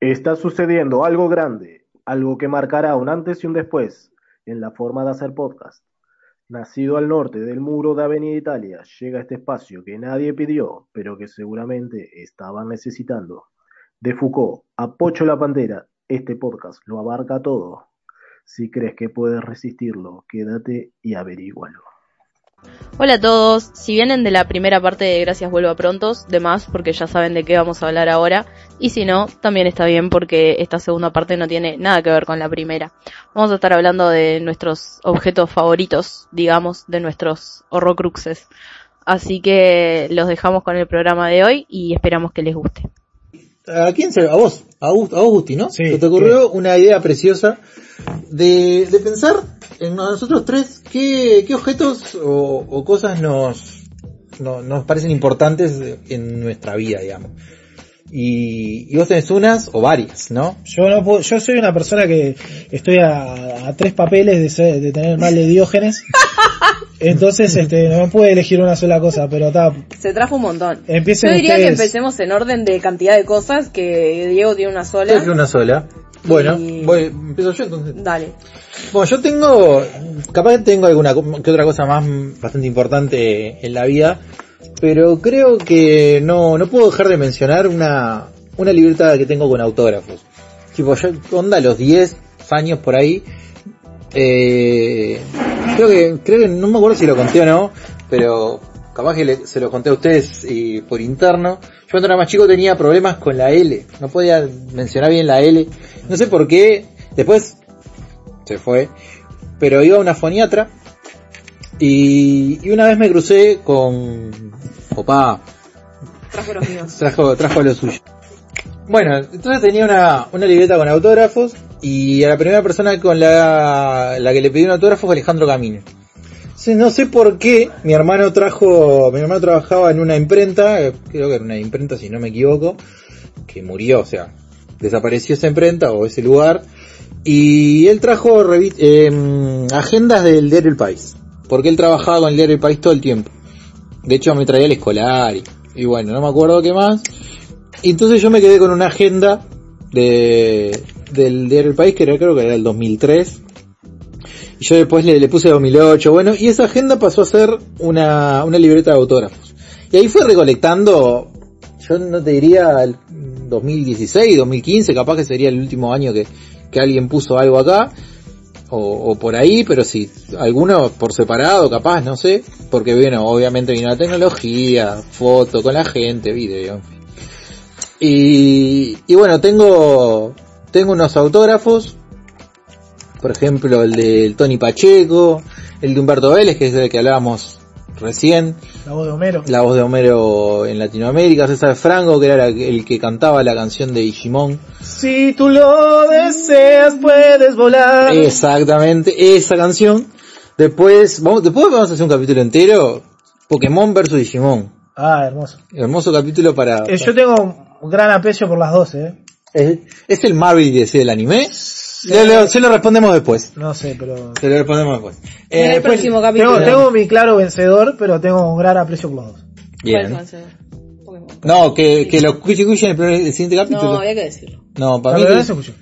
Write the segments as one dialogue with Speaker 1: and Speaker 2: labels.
Speaker 1: Está sucediendo algo grande, algo que marcará un antes y un después en la forma de hacer podcast. Nacido al norte del muro de Avenida Italia, llega este espacio que nadie pidió, pero que seguramente estaban necesitando. De Foucault a Pocho la Pantera, este podcast lo abarca todo. Si crees que puedes resistirlo, quédate y averígualo.
Speaker 2: Hola a todos, si vienen de la primera parte de Gracias Vuelva Prontos, de más porque ya saben de qué vamos a hablar ahora, y si no, también está bien porque esta segunda parte no tiene nada que ver con la primera. Vamos a estar hablando de nuestros objetos favoritos, digamos, de nuestros horrocruxes. Así que los dejamos con el programa de hoy y esperamos que les guste.
Speaker 3: ¿A quién se A vos, a, vos, a vos, Gusti, ¿no?
Speaker 4: Sí,
Speaker 3: Se te ocurrió una idea preciosa de, de pensar en nosotros tres qué, qué objetos o, o cosas nos, no- nos parecen importantes en nuestra vida, digamos. Y, y vos tenés unas o varias, ¿no?
Speaker 4: Yo no puedo, yo soy una persona que estoy a, a tres papeles de, ser- de tener mal de Diógenes. Entonces, este, no pude elegir una sola cosa, pero está,
Speaker 5: Se trajo un montón.
Speaker 4: Empiecen
Speaker 5: Yo diría
Speaker 4: Eh, ustedes.
Speaker 5: que empecemos en orden de cantidad de cosas, que Diego tiene una sola.
Speaker 3: Elegí una sola. Bueno,
Speaker 5: Y-
Speaker 3: voy, empiezo yo entonces.
Speaker 5: Dale.
Speaker 3: Bueno, yo tengo, capaz tengo alguna co- que otra cosa más mm, bastante importante en la vida, pero creo que no, no puedo dejar de mencionar una, una libreta que tengo con autógrafos. Tipo, yo, onda, a los 10 años por ahí, eh, creo que, creo que, no me acuerdo si lo conté o no, pero capaz que le- se lo conté a ustedes eh, por interno. Yo cuando era más chico tenía problemas con la L, no podía mencionar bien la L, no sé por qué, después se fue. Pero iba a una foniatra y, y una vez me crucé con... Opa,
Speaker 5: Trajo los míos.
Speaker 3: trajo, trajo lo suyo. Bueno, entonces tenía una, una libreta con autógrafos y a la primera persona con la, la que le pedí un autógrafo fue Alejandro Camino. Entonces, no sé por qué mi hermano trajo, mi hermano trabajaba en una imprenta, eh, creo que era una imprenta si no me equivoco, que murió, o sea, desapareció esa imprenta o ese lugar y él trajo revi- em, agendas del diario El País, porque él trabajaba con el diario El País todo el tiempo. De hecho me traía el escolar y, y bueno, no me acuerdo qué más. Y entonces yo me quedé con una agenda de, del diario El País, que era, creo que era el 2003. Y yo después le, le puse 2008, bueno, y esa agenda pasó a ser una, una libreta de autógrafos. Y ahí fue recolectando, yo no te diría el 2016, 2015, capaz que sería el último año que, que alguien puso algo acá, o, o por ahí, pero si alguno por separado, capaz, no sé, porque bueno, obviamente vino la tecnología, foto con la gente, video, en fin. Y, y bueno, tengo, tengo unos autógrafos, por ejemplo el del Tony Pacheco, el de Humberto Vélez, que es del que hablábamos recién,
Speaker 4: la voz de Homero.
Speaker 3: la voz de Homero en Latinoamérica, César Franco, que era la- el que cantaba la canción de Digimon,
Speaker 4: Si tú lo deseas, puedes volar.
Speaker 3: Exactamente, esa canción. Después vamos, después vamos a hacer un capítulo entero. Pokémon versus Digimon.
Speaker 4: Ah, hermoso.
Speaker 3: Hermoso capítulo para...
Speaker 4: Eh, yo tengo un gran aprecio por las 12, eh.
Speaker 3: ¿Es, es el Marvel de ese del anime? Le- le- se lo respondemos después.
Speaker 4: No sé, pero...
Speaker 3: Se lo respondemos después. Eh,
Speaker 5: en el
Speaker 3: después-
Speaker 5: próximo
Speaker 4: pues, Tengo,
Speaker 5: capítulo.
Speaker 4: tengo mi claro vencedor, pero tengo un gran aprecio por los dos.
Speaker 5: ¿Cuál
Speaker 3: Bien.
Speaker 5: es el vencedor? Pokémon.
Speaker 3: No, que, que lo escuchen en el, primer- el siguiente
Speaker 5: No, eh.
Speaker 3: capítulo.
Speaker 5: había que decirlo.
Speaker 3: No,
Speaker 4: La
Speaker 3: para mí
Speaker 4: verdad
Speaker 3: que-
Speaker 4: se escuchó.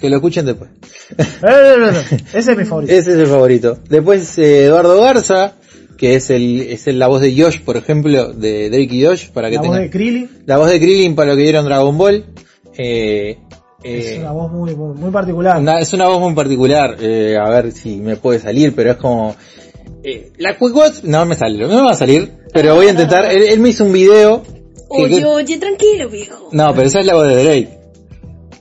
Speaker 3: que lo escuchen después.
Speaker 4: Eh, no, no, no. Ese es mi favorito.
Speaker 3: Ese es el favorito. Después eh, Eduardo Garza, que es el es el- la voz de Yosh, por ejemplo, de Drake y Yosh, para que
Speaker 4: la voz
Speaker 3: tengan...
Speaker 4: de Krillin
Speaker 3: La voz de Krillin para los que vieron Dragon Ball. eh, eh,
Speaker 4: es una voz muy, muy, muy particular.
Speaker 3: una- es una voz muy particular. eh, a ver si me puede salir, pero es como... eh, la Quick Watch no me sale, no me va a salir, pero voy a intentar. él, él me hizo un video... que- que-
Speaker 5: Oye, oye, tranquilo, viejo.
Speaker 3: no, pero esa es la voz de Drake.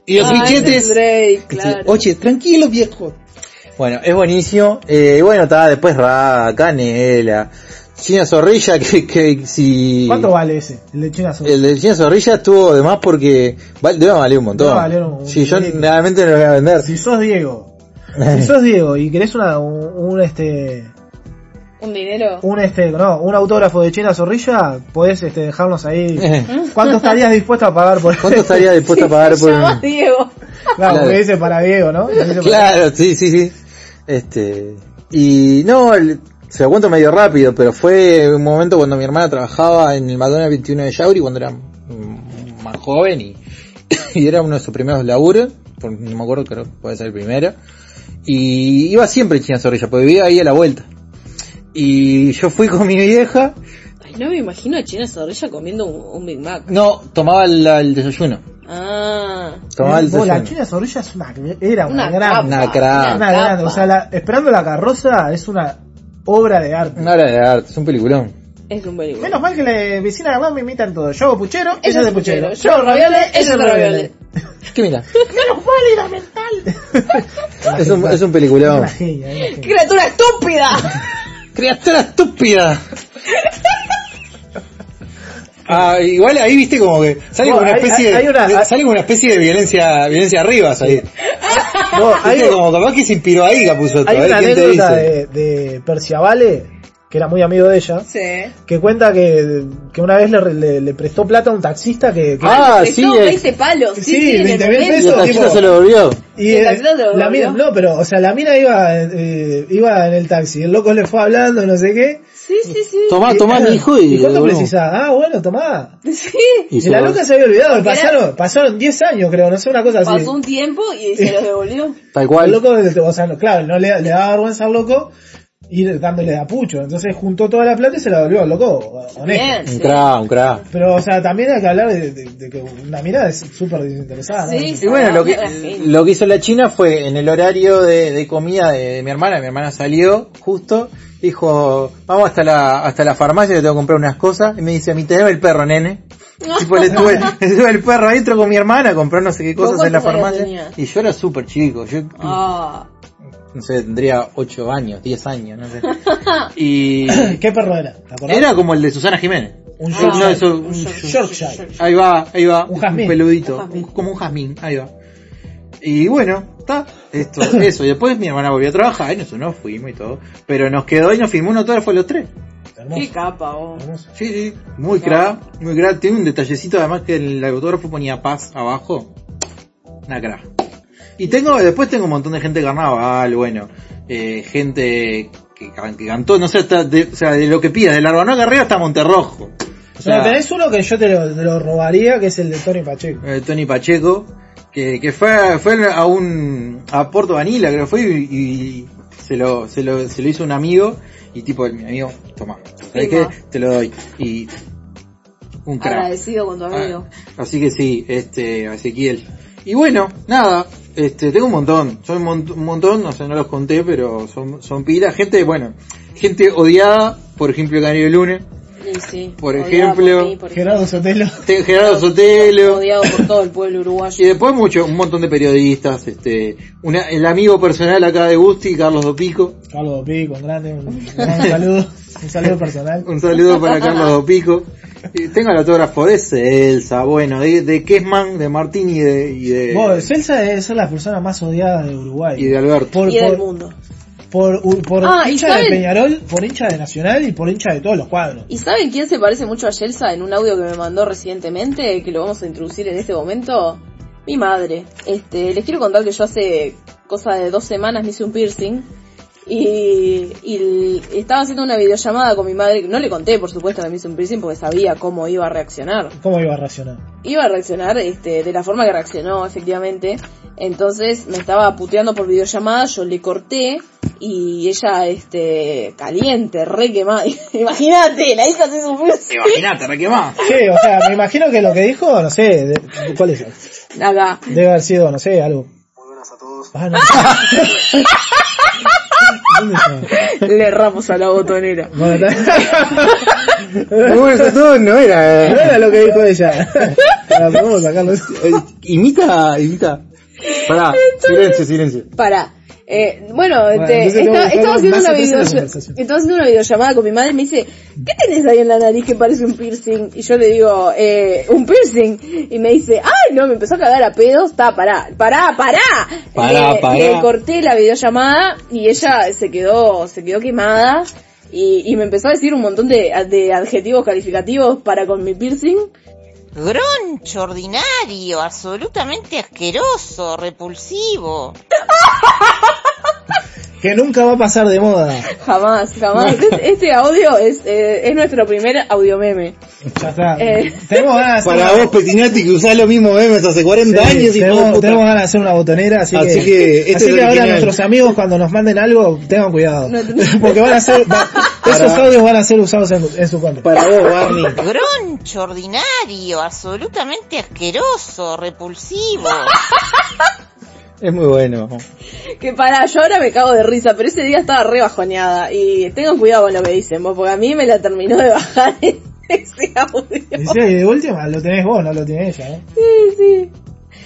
Speaker 3: Y los
Speaker 5: Ah, ese
Speaker 3: bichetes...
Speaker 5: es Drake,
Speaker 3: Sí,
Speaker 5: claro.
Speaker 3: Oye, tranquilo viejo. Bueno, es buenísimo. Eh, bueno, está después Ra, Canela, China Zorrilla, que, que si...
Speaker 4: ¿Cuánto vale ese? El de China Azul.
Speaker 3: El de China Zorrilla estuvo de más porque val- debe valer un montón.
Speaker 4: Debe valer un-
Speaker 3: Sí, yo
Speaker 4: un lindo.
Speaker 3: realmente no lo voy a vender.
Speaker 4: Si sos Diego, si sos Diego y querés una, un, un, este,
Speaker 5: Un dinero.
Speaker 4: un este, no, un autógrafo de China Zorrilla, podés este, dejarnos ahí. ¿Cuánto estarías dispuesto a pagar por
Speaker 3: ¿Cuánto estaría dispuesto a pagar
Speaker 4: pues.
Speaker 3: por
Speaker 5: Llamás,
Speaker 3: un...
Speaker 5: Diego.
Speaker 4: Claro,
Speaker 3: Claro.
Speaker 4: porque dice para Diego, ¿no? Lo dice para-
Speaker 3: Claro, sí, sí, sí. Este... Y no, el- se lo cuento medio rápido, pero fue un momento cuando mi hermana trabajaba en el Madonna 21 de Yauri cuando era mm, más joven y, y era uno de sus primeros laburos, por- no me acuerdo, creo que puede ser el primero. Y iba siempre en China Zorrilla, porque vivía ahí a la vuelta. Y yo fui con mi vieja,
Speaker 5: Ay, no me imagino a China Zorrilla comiendo un, un Big Mac.
Speaker 3: no, tomaba el, el desayuno.
Speaker 5: Ah,
Speaker 3: Tomaba el
Speaker 4: Vos, la
Speaker 3: desayuno.
Speaker 4: China Zorrilla es una, era una,
Speaker 5: Una
Speaker 4: gran,
Speaker 5: capa.
Speaker 3: Una cra-
Speaker 5: capa.
Speaker 4: una gran- o sea, la- esperando la carroza es una obra de arte.
Speaker 3: Una obra de arte, es un peliculón.
Speaker 5: es un peligro.
Speaker 4: Menos mal que la vecina de al lado me imitan todo. Yo hago puchero,
Speaker 5: Ellos
Speaker 4: ella de
Speaker 5: puchero.
Speaker 4: puchero.
Speaker 5: Yo hago ravioles, ellos ravioles.
Speaker 3: ¿Qué mira?
Speaker 4: ¡Menos mal era mental!
Speaker 3: Es un, es un
Speaker 4: Una
Speaker 3: peliculón.
Speaker 4: genia, una genia.
Speaker 5: ¡Criatura estúpida!
Speaker 3: ¡Criatura estúpida! Ah, igual ahí viste como que sale
Speaker 4: No,
Speaker 3: como una
Speaker 4: hay-
Speaker 3: especie de,
Speaker 4: hay- hay una-
Speaker 3: de- sale como una especie de violencia violencia arriba ahí.
Speaker 4: No, hay,
Speaker 3: Viste, como capaz que se inspiró ahí Capuzoto,
Speaker 4: hay
Speaker 3: a ver
Speaker 4: una
Speaker 3: quién te
Speaker 4: anécdota
Speaker 3: dice.
Speaker 4: de, de Perciavale, que era muy amigo de ella,
Speaker 5: sí.
Speaker 4: que cuenta que, que una vez le, le- le prestó plata a un taxista que... que-
Speaker 3: Ah,
Speaker 5: Prestó
Speaker 3: sí, es-
Speaker 5: 20 palos. Sí,
Speaker 4: eh. Sí,
Speaker 5: sí, en el
Speaker 4: 20.000
Speaker 5: momento.
Speaker 3: y el
Speaker 4: pesos,
Speaker 3: taxista
Speaker 4: tipo-
Speaker 3: se lo devolvió.
Speaker 4: Y
Speaker 5: ¿Y el
Speaker 4: eh,
Speaker 5: taxista te lo
Speaker 4: la mina,
Speaker 5: devolvió?
Speaker 4: no, pero, o sea, la mina iba, eh, iba en el taxi, el loco le fue hablando, no sé qué.
Speaker 5: Sí, sí, sí.
Speaker 3: Tomá,
Speaker 4: Y-
Speaker 3: Ah, tomá mi hijo y,
Speaker 4: ¿Y cuánto
Speaker 3: devolvemos.
Speaker 4: precisás? Ah, bueno, tomá.
Speaker 5: Sí.
Speaker 3: Y
Speaker 4: Y
Speaker 3: se
Speaker 4: la
Speaker 3: lo-
Speaker 4: loca se había olvidado,
Speaker 5: Porque era-
Speaker 4: pasaron, pasaron 10 años creo, no sé, una cosa así.
Speaker 5: Pasó un tiempo y se los devolvió.
Speaker 3: Tal
Speaker 4: El
Speaker 3: cual.
Speaker 4: loco, o sea, no, claro, no le, le daba vergüenza al loco ir dándole de apucho. Entonces juntó toda la plata y se la devolvió al loco, honesto.
Speaker 5: Bien.
Speaker 3: Un cra, un cra.
Speaker 4: Pero, o sea, también hay que hablar de, de- de que una mirada es súper desinteresada, ¿no?
Speaker 5: Sí,
Speaker 3: Y bueno, lo que,
Speaker 5: Ah, sí.
Speaker 3: lo que hizo la China fue en el horario de, de comida de, de mi hermana, mi hermana salió justo, dijo, vamos hasta la, hasta la farmacia, le tengo que comprar unas cosas, y me dice, a mí te debe el perro, nene. tipo, le tuve, le tuve el perro adentro con mi hermana, compró no sé qué
Speaker 5: ¿Vos
Speaker 3: cosas en la
Speaker 5: cuántos años
Speaker 3: farmacia.
Speaker 5: tenías?
Speaker 3: Y yo era súper chico, yo,
Speaker 5: Ah.
Speaker 3: no sé, tendría 8 años, 10 años, no sé. Y
Speaker 4: ¿Qué perro era? ¿Te acordás?
Speaker 3: era como el de Susana Jiménez.
Speaker 4: un
Speaker 3: Yo- no,
Speaker 4: Yorkshire.
Speaker 3: eso-
Speaker 5: ah, un
Speaker 3: un-
Speaker 5: short-
Speaker 4: Yorkshire.
Speaker 5: short- short.
Speaker 3: Ahí va, ahí va.
Speaker 4: Un jazmín.
Speaker 3: peludito.
Speaker 5: Un jazmín.
Speaker 3: un- como un jazmín, ahí va. Y bueno, está. Esto, eso. Y después mi hermana volvió a trabajar, y nosotros nos fuimos y todo. Pero nos quedó y nos firmó un autógrafo los tres.
Speaker 4: Hermoso,
Speaker 5: Qué capa, vos.
Speaker 4: hermoso.
Speaker 3: Sí, sí. Muy cra, muy cra. Tiene un detallecito además que el autógrafo ponía paz abajo. Una cra. Y tengo, después tengo un montón de gente de carnaval, bueno. Eh, gente que, can- que cantó, no sé, hasta de, o sea, de lo que pida, de Larbanó Guerrero hasta Monterrojo. O
Speaker 4: Bueno, tenés uno que yo te lo, te lo robaría, que es el de Tony Pacheco.
Speaker 3: eh, Tony Pacheco, que, que fue, fue a un, a Porto Vanilla, creo que fue, y, y se, lo, se, lo, se lo hizo un amigo, y tipo, mi amigo, toma, ¿sabes qué?
Speaker 5: Firma.
Speaker 3: Te lo doy, y un crack.
Speaker 5: Agradecido con tu amigo.
Speaker 3: Ah, así que sí, este, Ezequiel. Y bueno, nada, este, tengo un montón, son un, mont- un montón, no sé, no los conté, pero son, son pila, gente, bueno, gente odiada, por ejemplo, Canario Luna,
Speaker 5: Sí, sí.
Speaker 3: Por
Speaker 5: Odiado
Speaker 3: ejemplo-
Speaker 5: mí, por
Speaker 4: Gerardo Sotelo.
Speaker 3: te- Gerardo Sotelo,
Speaker 5: Odiado por todo el pueblo
Speaker 3: Y
Speaker 5: uruguayo.
Speaker 3: después mucho, un montón de periodistas, este, una- el amigo personal acá de Gusti, Carlos Dopico.
Speaker 4: Carlos Dopico, un grande, un, un gran saludo, un saludo personal.
Speaker 3: Un saludo para Carlos Dopico. Y tengo el autógrafo de Celsa, bueno, de, de Kesman, de Martín y de, y de,
Speaker 4: Vos, Celsa debe ser la persona más odiada de Uruguay.
Speaker 3: Eh, y de Alberto.
Speaker 4: Por,
Speaker 5: Y del
Speaker 4: por-
Speaker 5: mundo.
Speaker 4: por, u- por
Speaker 5: Ah, ¿y
Speaker 4: hincha
Speaker 5: saben?
Speaker 4: de Peñarol, por hincha de Nacional y por hincha de todos los cuadros.
Speaker 5: ¿Y saben quién se parece mucho a Yelsa en un audio que me mandó recientemente, que lo vamos a introducir en este momento? Mi madre. Este, les quiero contar que yo hace cosa de dos semanas me hice un piercing y, y l- estaba haciendo una videollamada con mi madre. No le conté, por supuesto, que me hice un piercing porque sabía cómo iba a reaccionar.
Speaker 4: ¿Cómo iba a reaccionar?
Speaker 5: iba a reaccionar este, de la forma que reaccionó, efectivamente. Entonces me estaba puteando por videollamada, yo le corté y ella, este, caliente, re quemada. Imagínate, la hija se sufrió.
Speaker 3: Imagínate, re que más.
Speaker 4: Sí, o sea, me imagino que lo que dijo, no sé, de- ¿cuál es?
Speaker 5: Acá.
Speaker 4: Debe haber sido, no sé, algo. Ah, Muy buenas a todos.
Speaker 5: Le ramos a la botonera.
Speaker 4: Bueno,
Speaker 3: Bueno, eso todo no
Speaker 4: no
Speaker 3: era. eh.
Speaker 4: era lo que dijo ella. Ahora podemos sacarlo.
Speaker 3: Eh, Imita, imita. Pará, silencio, silencio.
Speaker 5: Para. Eh, bueno, este,
Speaker 4: entonces tengo
Speaker 5: esta-
Speaker 4: que
Speaker 5: estaba,
Speaker 4: buscar
Speaker 5: haciendo
Speaker 4: más
Speaker 5: una
Speaker 4: certeza en la
Speaker 5: videolla-
Speaker 4: conversación.
Speaker 5: estaba haciendo una videollamada con mi madre y me dice, ¿qué tenés ahí en la nariz que parece un piercing? Y yo le digo, eh, un piercing. Y me dice, ay no, me empezó a cagar a pedos, está, pará, pará, pará.
Speaker 3: Pará,
Speaker 5: le,
Speaker 3: pará.
Speaker 5: le corté la videollamada y ella se quedó, se quedó quemada. Y, y me empezó a decir un montón de, de adjetivos calificativos para con mi piercing.
Speaker 6: Groncho, ordinario, absolutamente asqueroso, repulsivo.
Speaker 4: Que nunca va a pasar de moda.
Speaker 5: Jamás, jamás. Este, este audio es, eh, es nuestro primer audio meme.
Speaker 4: Ya está.
Speaker 5: Eh.
Speaker 4: Tenemos ganas de hacer
Speaker 3: Para
Speaker 4: una-
Speaker 3: vos, Petinati, que usás los mismos memes hace 40
Speaker 4: Sí,
Speaker 3: años y todo
Speaker 4: tenemos,
Speaker 3: puta.
Speaker 4: tenemos ganas de hacer una botonera, así,
Speaker 3: Así que este
Speaker 4: así
Speaker 3: es
Speaker 4: que ahora
Speaker 3: original.
Speaker 4: nuestros amigos cuando nos manden algo, tengan cuidado. Porque van a ser, va- esos
Speaker 3: Para-
Speaker 4: audios van a ser usados en, en su contra.
Speaker 3: Para vos, Barney.
Speaker 6: Groncho, ordinario, absolutamente asqueroso, repulsivo.
Speaker 3: Es muy bueno.
Speaker 5: Que para, yo ahora me cago de risa, pero ese día estaba re bajoneada. Y tengan cuidado con lo que dicen, vos, porque a mí me la terminó de bajar ese audio.
Speaker 4: Y sí, de última, lo tenés vos, no lo tiene ella, ¿eh? Sí, sí.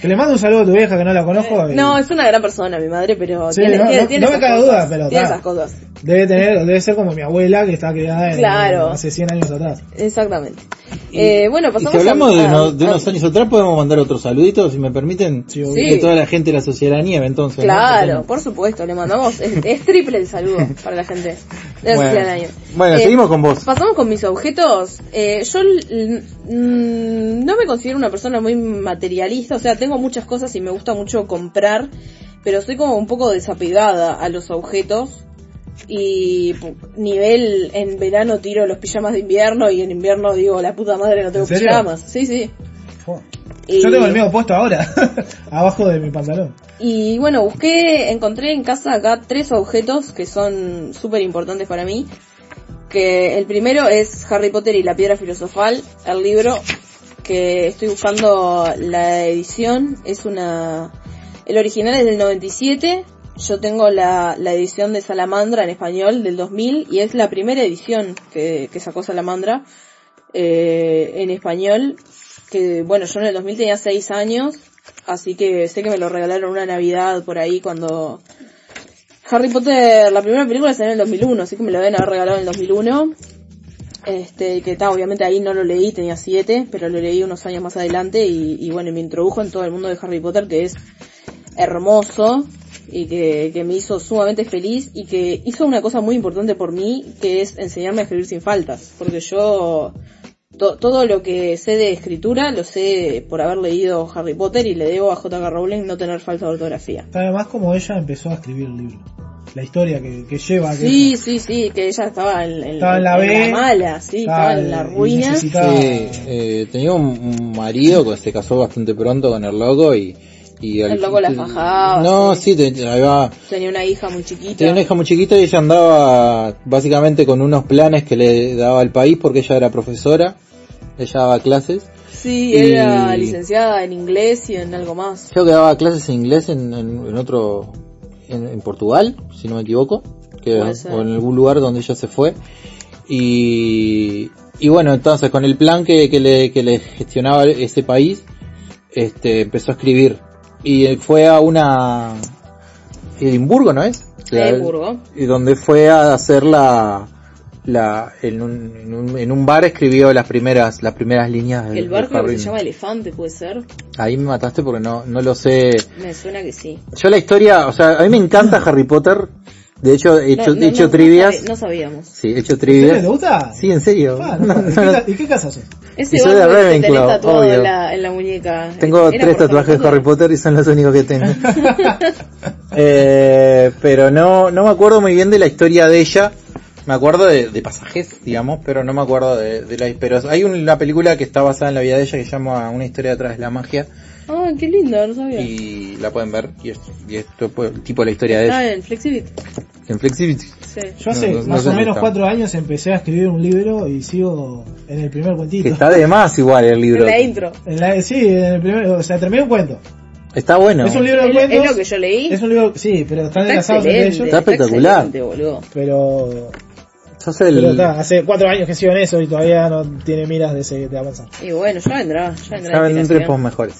Speaker 4: Que le mando un saludo a tu vieja que no la conozco. y
Speaker 5: No, es una gran persona mi madre, pero
Speaker 4: Sí,
Speaker 5: tiene,
Speaker 4: no,
Speaker 5: tiene,
Speaker 4: no-
Speaker 5: tiene
Speaker 4: no me
Speaker 5: esas
Speaker 4: cabe
Speaker 5: cosas,
Speaker 4: duda, pero
Speaker 5: tiene
Speaker 4: ta.
Speaker 5: esas cosas.
Speaker 4: Debe tener, debe ser como mi abuela que está criada en,
Speaker 5: Claro.
Speaker 4: hace 100 años atrás.
Speaker 5: Exactamente. eh, bueno,
Speaker 3: Y
Speaker 5: pasamos
Speaker 3: si hablamos
Speaker 5: a-
Speaker 3: de,
Speaker 5: a-
Speaker 3: uno- de
Speaker 5: a-
Speaker 3: unos años atrás, podemos mandar otros saluditos, si me permiten.
Speaker 4: Sí,
Speaker 5: obvio.
Speaker 3: Que toda la gente de la sociedad nieve, entonces. ¿no?
Speaker 5: Claro,
Speaker 3: Porque-
Speaker 5: por supuesto, le mandamos. Es, es triple el saludo para la gente de la
Speaker 3: Bueno.
Speaker 5: sociedad del año.
Speaker 3: Bueno,
Speaker 5: Eh,
Speaker 3: seguimos con vos.
Speaker 5: Pasamos con mis objetos. Eh, yo l- mm, no me considero una persona muy materialista, o sea, tengo muchas cosas y me gusta mucho comprar, pero soy como un poco desapegada a los objetos. Y pu- nivel, en verano tiro los pijamas de invierno y en invierno digo, la puta madre no tengo
Speaker 4: ¿En serio?
Speaker 5: pijamas. Sí, sí.
Speaker 4: Jo.
Speaker 5: Y-
Speaker 4: Yo tengo el mío puesto ahora, abajo de mi pantalón.
Speaker 5: Y bueno, busqué, encontré en casa acá tres objetos que son súper importantes para mí. Que el primero es Harry Potter y la piedra filosofal, el libro que estoy buscando la edición. Es una... El original es del 97, yo tengo la, la edición de Salamandra en español del 2000 y es la primera edición que, que sacó Salamandra eh, en español. Que bueno, yo en el 2000 tenía 6 años, así que sé que me lo regalaron una Navidad por ahí cuando... Harry Potter, la primera película salió en el 2001, así que me lo deben haber regalado en el 2001. Este, que está, obviamente ahí no lo leí, tenía 7, pero lo leí unos años más adelante y, y bueno, me introdujo en todo el mundo de Harry Potter, que es hermoso y que, que me hizo sumamente feliz y que hizo una cosa muy importante por mí, que es enseñarme a escribir sin faltas, porque yo to- todo lo que sé de escritura lo sé por haber leído Harry Potter y le debo a J.K. Rowling no tener falta de ortografía.
Speaker 4: Además, como ella empezó a escribir el libro. La historia que, que lleva. que-
Speaker 5: Sí, sí, sí, que ella estaba en, en-
Speaker 4: Estaba en la
Speaker 5: en
Speaker 4: B,
Speaker 5: mala, sí, estaba, en la
Speaker 4: y
Speaker 5: ruina.
Speaker 3: Sí,
Speaker 4: necesitaba-
Speaker 3: eh, tenía un, un marido que se casó bastante pronto con el loco y... y al-
Speaker 5: El loco la fajaba,
Speaker 3: No, sí, te- ahí va.
Speaker 5: Tenía una hija muy chiquita.
Speaker 3: Tenía una hija muy chiquita y ella andaba básicamente con unos planes que le daba el país porque ella era profesora, ella daba clases.
Speaker 5: Sí,
Speaker 3: Y-
Speaker 5: era licenciada en inglés y en algo más.
Speaker 3: Creo que daba clases en inglés en, en- en otro, en, en Portugal, si no me equivoco, que,
Speaker 5: Puede ser.
Speaker 3: o en algún lugar donde ella se fue. Y, y bueno, entonces con el plan que, que le, que le gestionaba ese país, este, empezó a escribir. Y él fue a una... Edimburgo, ¿no es? La-
Speaker 5: Edimburgo.
Speaker 3: Y donde fue a hacer la... la en, un, en, un, en un bar escribió las primeras las primeras líneas del-
Speaker 5: El barco creo
Speaker 3: del
Speaker 5: que se
Speaker 3: Harry.
Speaker 5: llama Elefante, puede ser.
Speaker 3: ahí me mataste porque no no lo sé
Speaker 5: Me suena que sí.
Speaker 3: yo la historia, o sea, a mí me encanta Harry Potter. De hecho, he hecho,
Speaker 5: No, no,
Speaker 3: he hecho
Speaker 5: no,
Speaker 3: trivias.
Speaker 5: No, sabe- no sabíamos.
Speaker 3: Sí, he hecho
Speaker 4: ¿En serio ¿Te
Speaker 3: trivias.
Speaker 4: gusta?
Speaker 3: Sí, en serio.
Speaker 4: Ah,
Speaker 3: No,
Speaker 4: no, ¿y,
Speaker 3: no,
Speaker 4: qué,
Speaker 3: no.
Speaker 4: ta- y qué casa sos?
Speaker 5: Ese
Speaker 3: Y soy de
Speaker 5: barco que tenés
Speaker 3: Ravenclaw,
Speaker 5: tatuado
Speaker 3: obvio.
Speaker 5: en la, en la muñeca.
Speaker 3: Tengo
Speaker 5: ¿Era
Speaker 3: tres
Speaker 5: por
Speaker 3: tatuajes de
Speaker 5: Harry
Speaker 3: Harry Potter y son los únicos que tengo. eh, pero no, no me acuerdo muy bien de la historia de ella. Me acuerdo de, de pasajes, digamos, pero no me acuerdo de, de la... Pero hay una película que está basada en la vida de ella que se llama Una historia detrás de la magia
Speaker 5: Ah, qué lindo, no sabía.
Speaker 3: y la pueden ver y es, y es tipo, tipo la historia de ella.
Speaker 5: Ah, en Flexibit.
Speaker 3: En Flexibity.
Speaker 5: Sí.
Speaker 4: Yo hace
Speaker 3: No, no, no
Speaker 4: más
Speaker 3: sé
Speaker 4: o
Speaker 3: si
Speaker 4: menos
Speaker 3: está.
Speaker 4: cuatro años empecé a escribir un libro y sigo en el primer cuentito.
Speaker 3: Que está de más igual el
Speaker 5: En
Speaker 3: libro.
Speaker 5: la intro.
Speaker 4: En la- sí, en el primer, o sea, terminé un cuento.
Speaker 3: Está bueno.
Speaker 4: Es un libro de
Speaker 5: Es, lo-
Speaker 4: cuentos.
Speaker 5: es lo que yo leí.
Speaker 4: es un libro, sí, pero están
Speaker 5: Está
Speaker 4: enlazados entre ellos.
Speaker 5: excelente.
Speaker 3: Está espectacular.
Speaker 5: excelente, boludo.
Speaker 4: Pero,
Speaker 3: Sos el-
Speaker 4: pero está, hace cuatro años que sigo en eso y todavía no tiene miras de, se- de avanzar.
Speaker 5: Y bueno, ya vendrá, ya vendrá. la
Speaker 3: Saben entre
Speaker 5: inspiración.
Speaker 3: pos mejores.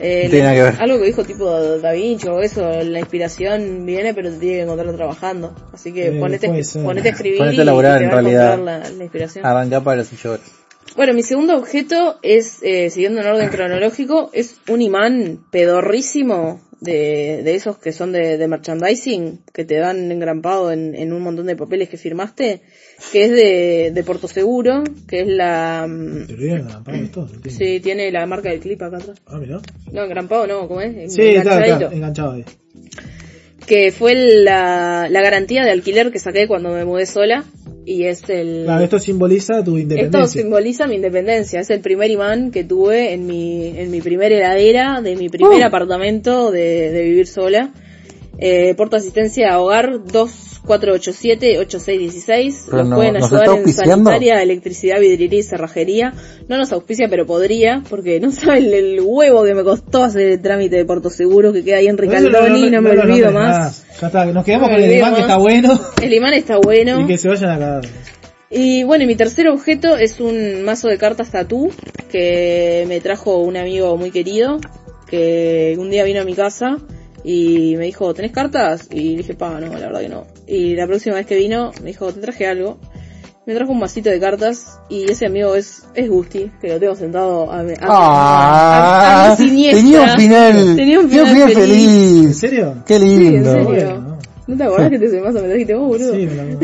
Speaker 5: Eh,
Speaker 3: No tiene nada que ver.
Speaker 5: Algo que dijo tipo Da Vinci o eso, la inspiración viene pero te tiene que encontrarla trabajando. Así que
Speaker 4: Eh,
Speaker 5: ponete,
Speaker 4: puede ser.
Speaker 5: ponete a escribir
Speaker 3: Ponete a
Speaker 5: y
Speaker 3: laburar,
Speaker 5: te
Speaker 3: en
Speaker 5: va a
Speaker 3: realidad. Ah.
Speaker 5: encontrar la, la inspiración.
Speaker 7: Ah,
Speaker 3: Arrancá para las 8 horas.
Speaker 5: Bueno, mi segundo objeto es, eh, siguiendo en orden cronológico, es un imán pedorrísimo de, de esos que son de, de merchandising, que te dan engrampado en, en un montón de papeles que firmaste, que es de, de Porto Seguro, que es la... mm,
Speaker 4: Te lo dieron a Pablo esto, ¿no tiene?
Speaker 5: Sí, tiene la marca del clip acá atrás.
Speaker 4: Ah, mirá.
Speaker 5: No, engrampado no, ¿cómo es?
Speaker 4: Sí, eh. está, está,
Speaker 5: Enganchadito
Speaker 4: enganchado ahí.
Speaker 5: que fue la, la garantía de alquiler que saqué cuando me mudé sola y es el...
Speaker 4: Claro, esto simboliza
Speaker 5: Esto
Speaker 4: tu independencia.
Speaker 5: simboliza mi independencia. Es el primer imán que tuve en mi, en mi primera heladera, de mi primer apartamento de, de vivir sola. Eh, porto asistencia a hogar 2487-8616.
Speaker 7: Pero
Speaker 5: Nos
Speaker 7: no-
Speaker 5: pueden
Speaker 7: ¿nos
Speaker 5: ayudar
Speaker 7: está
Speaker 5: en
Speaker 7: auspiciando?
Speaker 5: sanitaria, electricidad, vidriería y cerrajería. No nos auspicia, pero podría, porque no saben el huevo que me costó hacer el trámite de Porto Seguro que queda ahí en
Speaker 4: Pero eso
Speaker 5: Ricaldoni, no, me
Speaker 4: lo
Speaker 5: olvido
Speaker 4: nombres
Speaker 5: más.
Speaker 4: nada. Ya está, nos quedamos
Speaker 5: No me
Speaker 4: con el
Speaker 5: olvido
Speaker 4: imán que
Speaker 5: más.
Speaker 4: está bueno
Speaker 5: El imán está bueno.
Speaker 4: y que se vayan a cagar.
Speaker 5: Y bueno, y mi tercer objeto es un mazo de cartas tatú que me trajo un amigo muy querido que un día vino a mi casa y me dijo, ¿tenés cartas? Y dije, pa, no, la verdad que no. Y la próxima vez que vino me dijo, te traje algo. Me trajo un vasito de cartas y ese amigo es, es Gusti, que lo tengo sentado a mi, a mi- Ah, a- a mi
Speaker 7: Ah,
Speaker 5: siniestra.
Speaker 7: tenía un final.
Speaker 5: Tenía un final
Speaker 4: ¿En
Speaker 7: feliz.
Speaker 4: serio?
Speaker 7: Qué
Speaker 5: en
Speaker 7: lindo.
Speaker 5: serio.
Speaker 4: Bueno.
Speaker 5: ¿No te acordás que te ese mazo me trajiste vos, boludo?
Speaker 4: Sí, me la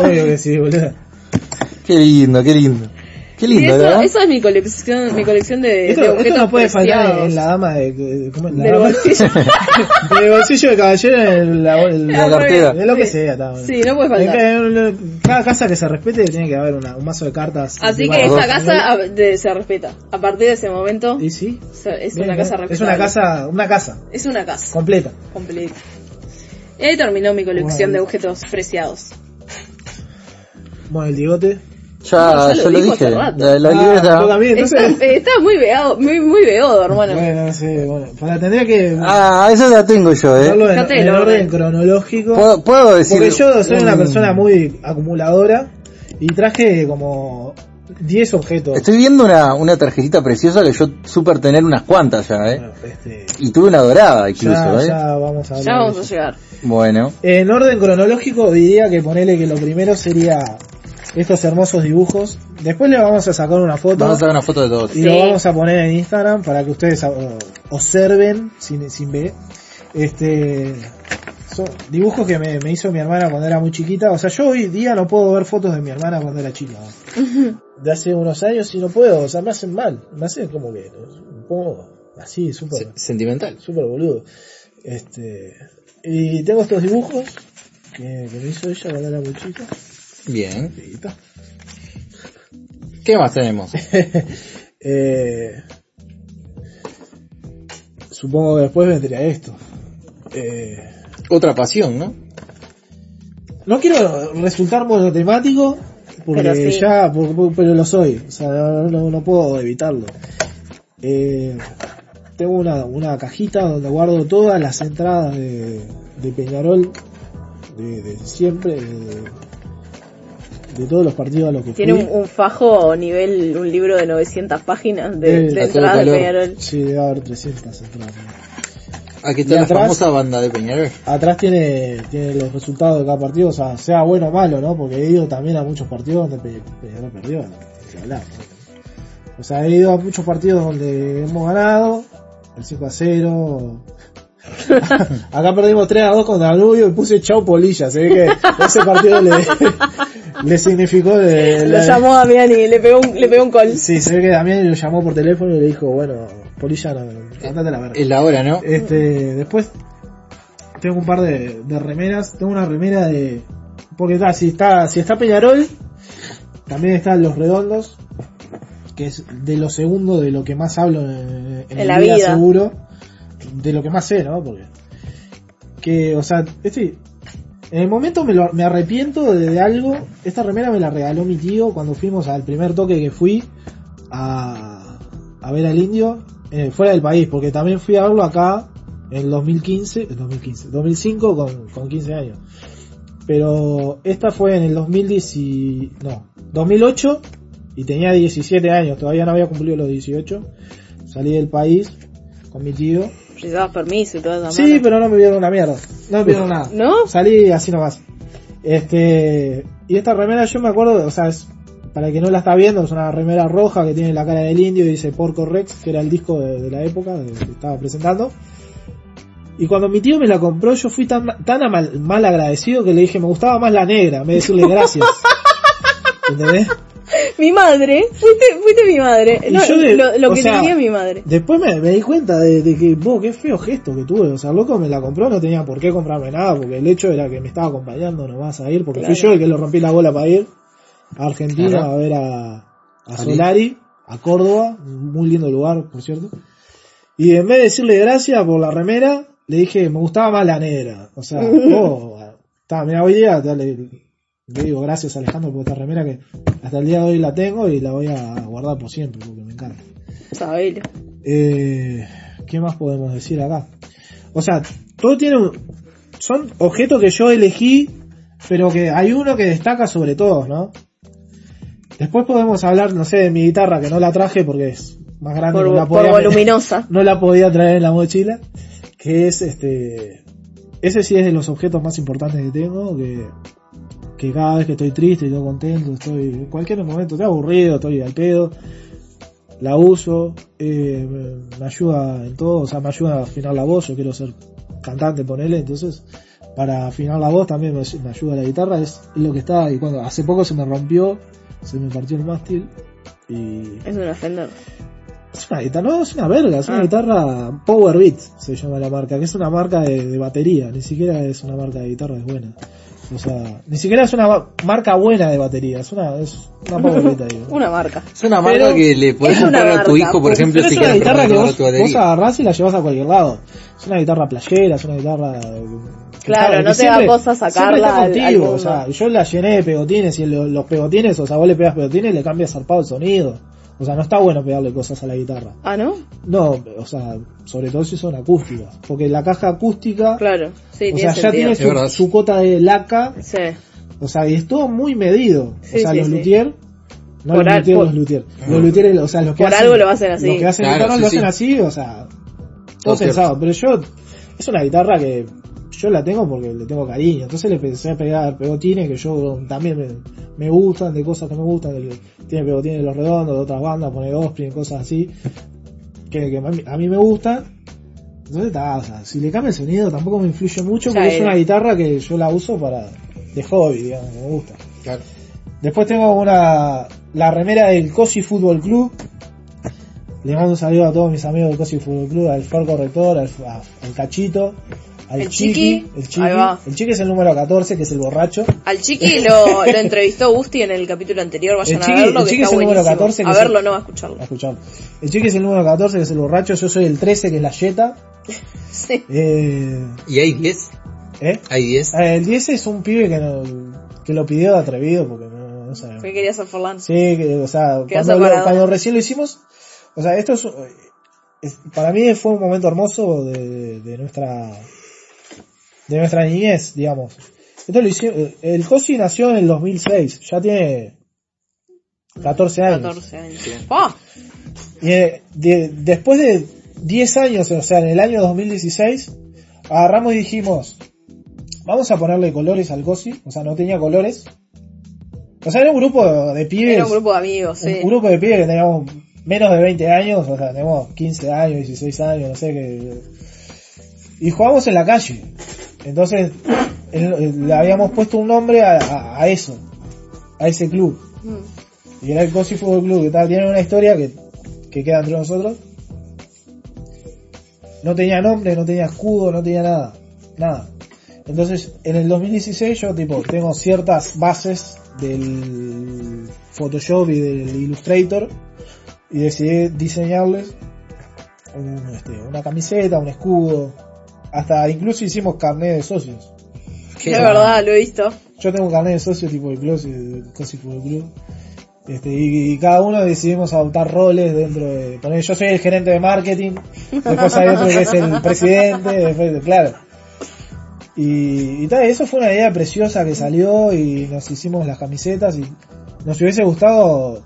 Speaker 4: Obvio que sí, boludo.
Speaker 7: Qué lindo, qué lindo. Qué
Speaker 5: Y
Speaker 7: lindo,
Speaker 5: eso,
Speaker 7: ¿verdad?
Speaker 5: eso es mi colección, mi colección de,
Speaker 4: Esto,
Speaker 5: de
Speaker 4: esto
Speaker 5: objetos
Speaker 4: no puede faltar en,
Speaker 5: preciados.
Speaker 4: en la dama de... de- ¿Cómo es? La
Speaker 5: Del
Speaker 4: dama
Speaker 5: bolsillo.
Speaker 4: del bolsillo de caballero en la... el-
Speaker 7: La cartera.
Speaker 4: de lo que sea, está bueno. eh.
Speaker 5: Sí, no puede
Speaker 4: En
Speaker 5: faltar.
Speaker 4: cada, en cada casa que se respete tiene que haber una- un mazo de cartas.
Speaker 5: Así
Speaker 4: de
Speaker 5: que
Speaker 4: varios
Speaker 5: esta casa
Speaker 4: colores.
Speaker 5: a- de- se respeta. A partir de ese momento
Speaker 4: Y sí.
Speaker 5: se- es
Speaker 4: bien,
Speaker 5: una
Speaker 4: bien.
Speaker 5: casa
Speaker 4: Es
Speaker 5: respetable.
Speaker 4: una casa, una casa
Speaker 5: Es una casa
Speaker 4: completa.
Speaker 5: completa. Y ahí terminó mi colección
Speaker 4: Bueno.
Speaker 5: de objetos preciados.
Speaker 4: Bueno, el bigote.
Speaker 7: Ya,
Speaker 5: No, ya
Speaker 7: yo
Speaker 5: lo
Speaker 7: lo
Speaker 5: dijo
Speaker 7: dije.
Speaker 5: hace rato.
Speaker 7: La, la
Speaker 4: Ah,
Speaker 7: libreta.
Speaker 4: yo también,
Speaker 5: Está,
Speaker 4: entonces.
Speaker 5: eh, está muy veado, muy, muy veodo, hermano.
Speaker 4: Bueno, sí, bueno. Para tendría que
Speaker 7: Ah, esa la tengo yo, eh.
Speaker 4: ponerlo en,
Speaker 5: Fíjate
Speaker 4: en
Speaker 5: el
Speaker 4: orden,
Speaker 5: orden.
Speaker 4: cronológico.
Speaker 7: ¿Puedo, Mm. puedo decir?
Speaker 4: Porque yo soy una
Speaker 7: un-
Speaker 4: persona muy acumuladora y traje como 10 objetos.
Speaker 7: Estoy viendo una, una tarjetita preciosa que yo super tener unas cuantas ya, eh.
Speaker 4: Bueno, este,
Speaker 7: Y tuve una dorada
Speaker 4: ya,
Speaker 7: incluso, eh.
Speaker 4: ya vamos a hablar
Speaker 5: ya
Speaker 4: de
Speaker 5: vamos a
Speaker 4: eso.
Speaker 5: llegar.
Speaker 7: Bueno.
Speaker 4: En orden cronológico diría que ponele que lo primero sería estos hermosos dibujos. Después le vamos a sacar una foto.
Speaker 7: Vamos a sacar una foto de todos.
Speaker 4: Y lo vamos a poner en Instagram para que ustedes eh, observen sin, sin ver. Este, son dibujos que me, me hizo mi hermana cuando era muy chiquita. O sea, yo hoy día no puedo ver fotos de mi hermana cuando era chica. De hace unos años y no puedo. O sea, me hacen mal. Me hacen como que un poco así, súper
Speaker 3: Sentimental.
Speaker 4: súper boludo. Este, y tengo estos dibujos que, que me hizo ella cuando era muy chica.
Speaker 3: Bien.
Speaker 4: chiquita.
Speaker 3: ¿Qué más tenemos?
Speaker 4: Eh, supongo que después vendría esto. Eh,
Speaker 3: Otra pasión, ¿no?
Speaker 4: no quiero resultar monotemático, porque
Speaker 5: Pero sí.
Speaker 4: ya, por- por- pero lo soy, o sea, no, no- no puedo evitarlo. Eh, tengo una, una cajita donde guardo todas las entradas de, de Peñarol, de, de siempre, de, de todos los partidos a los que
Speaker 5: Tiene
Speaker 4: fui.
Speaker 5: un, un fajo nivel, un libro de 900 páginas de,
Speaker 4: Eh,
Speaker 5: de
Speaker 4: a todo
Speaker 5: entrada de
Speaker 3: color.
Speaker 5: Peñarol.
Speaker 4: Sí, debe haber 300 entradas.
Speaker 3: Aquí
Speaker 4: ¿Y
Speaker 3: está la
Speaker 4: atrás?
Speaker 3: famosa banda de Peñarol.
Speaker 4: atrás tiene, tiene los resultados de cada partido, o sea, sea bueno o malo, ¿no? Porque he ido también a muchos partidos donde Pe- Peñarol perdió, ¿no? Hay que hablar, ¿no? O sea, he ido a muchos partidos donde hemos ganado, el 5 a 0. Acá perdimos 3 a 2 contra Danubio y puse chau polilla, se ve que ese partido le, le significó... eh,
Speaker 5: Lo
Speaker 4: la-
Speaker 5: llamó Damián y le pegó un, le pegó un call.
Speaker 4: Sí, se ve que también lo llamó por teléfono y le dijo, bueno, polilla, no, andate a la verga.
Speaker 3: Es la hora, ¿no?
Speaker 4: Este, después tengo un par de, de remeras. Tengo una remera de. Porque está, si está, si está Peñarol, también están los redondos, que es de lo segundo de lo que más hablo en, en
Speaker 5: En
Speaker 4: mi
Speaker 5: la vida.
Speaker 4: seguro. De lo que más sé, ¿no? Porque. Que, o sea, estoy. En el momento me, lo- me arrepiento de, de algo. Esta remera me la regaló mi tío cuando fuimos al primer toque que fui a, a ver al indio eh, fuera del país, porque también fui a verlo acá en 2015, en 2015, 2005 con, con 15 años. Pero esta fue en el 2010, y- no, 2008 y tenía 17 años, todavía no había cumplido los 18. Salí del país con mi tío.
Speaker 5: Llevabas permiso y toda esa
Speaker 4: Sí,
Speaker 5: mano.
Speaker 4: pero no me vieron una mierda, no me vieron nada.
Speaker 5: ¿No?
Speaker 4: Salí así nomás. Este, y esta remera yo me acuerdo, o sea, es, para el que no la está viendo, es una remera roja que tiene la cara del indio y dice Porco Rex, que era el disco de, de la época de- que estaba presentando. Y cuando mi tío me la compró, yo fui tan, tan amal- mal agradecido que le dije, me gustaba más la negra, en vez de decirle gracias. ¿Entendés?
Speaker 5: mi madre, fuiste, fuiste mi madre.
Speaker 4: Y
Speaker 5: No,
Speaker 4: yo de-
Speaker 5: lo, lo
Speaker 4: o
Speaker 5: que
Speaker 4: sea,
Speaker 5: tenía mi madre.
Speaker 4: Después me, me di cuenta de, de que, vos, qué feo gesto que tuve. O sea, el loco me la compró, no tenía por qué comprarme nada, porque el hecho era que me estaba acompañando nomás a ir, porque fui yo el que le rompí la bola para ir a Argentina
Speaker 3: Claro.
Speaker 4: a ver a, a
Speaker 3: Salí.
Speaker 4: Solari, a Córdoba, un muy lindo lugar, por cierto. Y en vez de decirle gracias por la remera, le dije, me gustaba más la negra. O sea, oh, está, mira, hoy día dale, le digo gracias Alejandro por esta remera que hasta el día de hoy la tengo y la voy a guardar por siempre, porque me encanta.
Speaker 5: Sabelo.
Speaker 4: Eh, ¿Qué más podemos decir acá? O sea, todo tiene un- Son objetos que yo elegí, pero que hay uno que destaca sobre todos, ¿no? Después podemos hablar, no sé, de mi guitarra, que no la traje porque es más grande. no la
Speaker 5: Por,
Speaker 4: podía
Speaker 5: por voluminosa.
Speaker 4: no la podía traer en la mochila, que es este, ese sí es de los objetos más importantes que tengo, que, que cada vez que estoy triste, estoy contento, estoy, en cualquier momento, estoy aburrido, estoy al pedo, la uso, eh, me- me ayuda en todo, o sea, me ayuda a afinar la voz, yo quiero ser cantante, ponele, entonces, para afinar la voz también me, me ayuda la guitarra, es lo que está, y cuando, hace poco se me rompió, se me partió el mástil, y
Speaker 5: Es una Fender.
Speaker 4: es una guitarra, no, es una verga, es una
Speaker 5: Ah.
Speaker 4: guitarra Power Beat, se llama la marca, que es una marca de, de batería, ni siquiera es una marca de guitarra, es buena. O sea, ni siquiera es una ba- marca buena de batería, es una, es una Power Beat, digo.
Speaker 5: Una marca.
Speaker 3: Es una
Speaker 4: marca Pero-
Speaker 3: que le
Speaker 5: podés es una comprar a tu marca, hijo, por
Speaker 4: Pero es una guitarra que vos, vos agarrás y la llevas a cualquier lado. Es una guitarra playera, es una guitarra... eh, que
Speaker 5: Claro, no
Speaker 4: está- que
Speaker 5: te da
Speaker 4: siempre-
Speaker 5: cosa
Speaker 4: siempre está
Speaker 5: sacarla al- al
Speaker 4: contigo,
Speaker 5: mundo.
Speaker 4: o sea, yo la llené de pegotines y lo- los pegotines, o sea, vos le pegas pegotines y le cambias zarpado el sonido. O sea, no está bueno pegarle cosas a la guitarra.
Speaker 5: Ah, ¿no?
Speaker 4: No, o sea, sobre todo si son acústicas. Porque la caja acústica,
Speaker 5: Claro. Sí,
Speaker 4: o
Speaker 5: tiene
Speaker 4: sea, ya
Speaker 5: sentido.
Speaker 4: tiene
Speaker 3: Es verdad.
Speaker 4: su, su cota de laca,
Speaker 5: Sí.
Speaker 4: o sea, y es todo muy medido.
Speaker 5: Sí,
Speaker 4: o sea,
Speaker 5: sí,
Speaker 4: los
Speaker 5: sí.
Speaker 4: luthier, no
Speaker 5: Por
Speaker 4: los
Speaker 5: al-
Speaker 4: luthier,
Speaker 5: por-
Speaker 4: los luthier. Los luthier, o sea, los que
Speaker 5: Por algo lo hacen así.
Speaker 4: Los que hacen
Speaker 3: Ah. Claro,
Speaker 4: guitarra
Speaker 3: sí,
Speaker 4: lo hacen
Speaker 3: sí.
Speaker 4: así, o sea, todo
Speaker 3: Todo cierto.
Speaker 4: pensado. Pero yo, es una guitarra que yo la tengo porque le tengo cariño. Entonces le empecé a pegar pegotines que yo también me, me gustan, de cosas que me gustan. del- tiene pegotines de los redondos, de otras bandas, pone Osprey, cosas así. Que, que a, mí, a mí me gustan. Entonces, ta, o sea, si le cambia el sonido tampoco me influye mucho
Speaker 5: Ya
Speaker 4: porque es
Speaker 5: era.
Speaker 4: una guitarra que yo la uso para de hobby, digamos, me gusta. Después tengo una la remera del Cosi Fútbol Club. Le mando un saludo a todos mis amigos del Cosi Fútbol Club, al Flor Corrector, al, a- al Cachito, al
Speaker 5: El
Speaker 4: Chiqui,
Speaker 5: Chiqui.
Speaker 4: el Chiqui.
Speaker 5: Ahí va.
Speaker 4: El Chiqui es el número 14, que es el borracho.
Speaker 5: Al Chiqui lo, lo entrevistó Gusti en el capítulo anterior, vayan
Speaker 4: El Chiqui-
Speaker 5: a verlo,
Speaker 4: el
Speaker 5: que
Speaker 4: Chiqui
Speaker 5: está
Speaker 4: es el número
Speaker 5: buenísimo.
Speaker 4: 14 que
Speaker 5: a
Speaker 4: es
Speaker 5: verlo,
Speaker 4: el-
Speaker 5: no a escucharlo.
Speaker 4: A escuchar. El Chiqui es el número 14, que es el borracho. Yo soy el 13, que es la Yeta.
Speaker 5: Sí.
Speaker 4: Eh,
Speaker 3: Y hay 10,
Speaker 4: ¿eh?
Speaker 3: hay 10.
Speaker 4: Ah, El 10 es un pibe que, no- que lo pidió de atrevido, porque no, no sabemos.
Speaker 5: ¿Qué querías hacer, Forlán?
Speaker 4: Sí, que, o sea,
Speaker 5: Quedó
Speaker 4: cuando, lo-
Speaker 5: separado.
Speaker 4: cuando recién lo hicimos, o sea, esto es, es- para mí fue un momento hermoso de, de nuestra, de nuestra niñez, digamos. Esto lo hicimos, el Cosi nació en el 2006, ya tiene 14 años.
Speaker 5: 14 años. ¡Ah!
Speaker 4: Y eh, de- después de 10 años, o sea, en el año 2016, agarramos y dijimos, vamos a ponerle colores al Cosi, o sea, no tenía colores. O sea, era un grupo de pibes
Speaker 5: Era un grupo de amigos, sí.
Speaker 4: un grupo de pibes que teníamos menos de 20 años, o sea, tenemos 15 años, 16 años, no sé qué. Y jugábamos en la calle. Entonces, el- el- le habíamos puesto un nombre a, a- a eso, a ese club.
Speaker 5: Mm.
Speaker 4: Y era el Cosi Fútbol Club, que tal, tiene una historia que, que queda entre nosotros. No tenía nombre, no tenía escudo, no tenía nada. Nada. Entonces, en el 2016 yo tipo tengo ciertas bases del Photoshop y del Illustrator y decidí diseñarles un, este, una camiseta, un escudo, hasta incluso hicimos carnet de socios.
Speaker 5: Es verdad, lo he visto.
Speaker 4: Yo tengo un carnet de socio tipo de club, de casi fútbol club. Este, y, y cada uno decidimos adoptar roles dentro de... Poner, yo soy el gerente de marketing, después hay otro que es el presidente, después, claro. Y, y tal, eso fue una idea preciosa que salió y nos hicimos las camisetas y nos hubiese gustado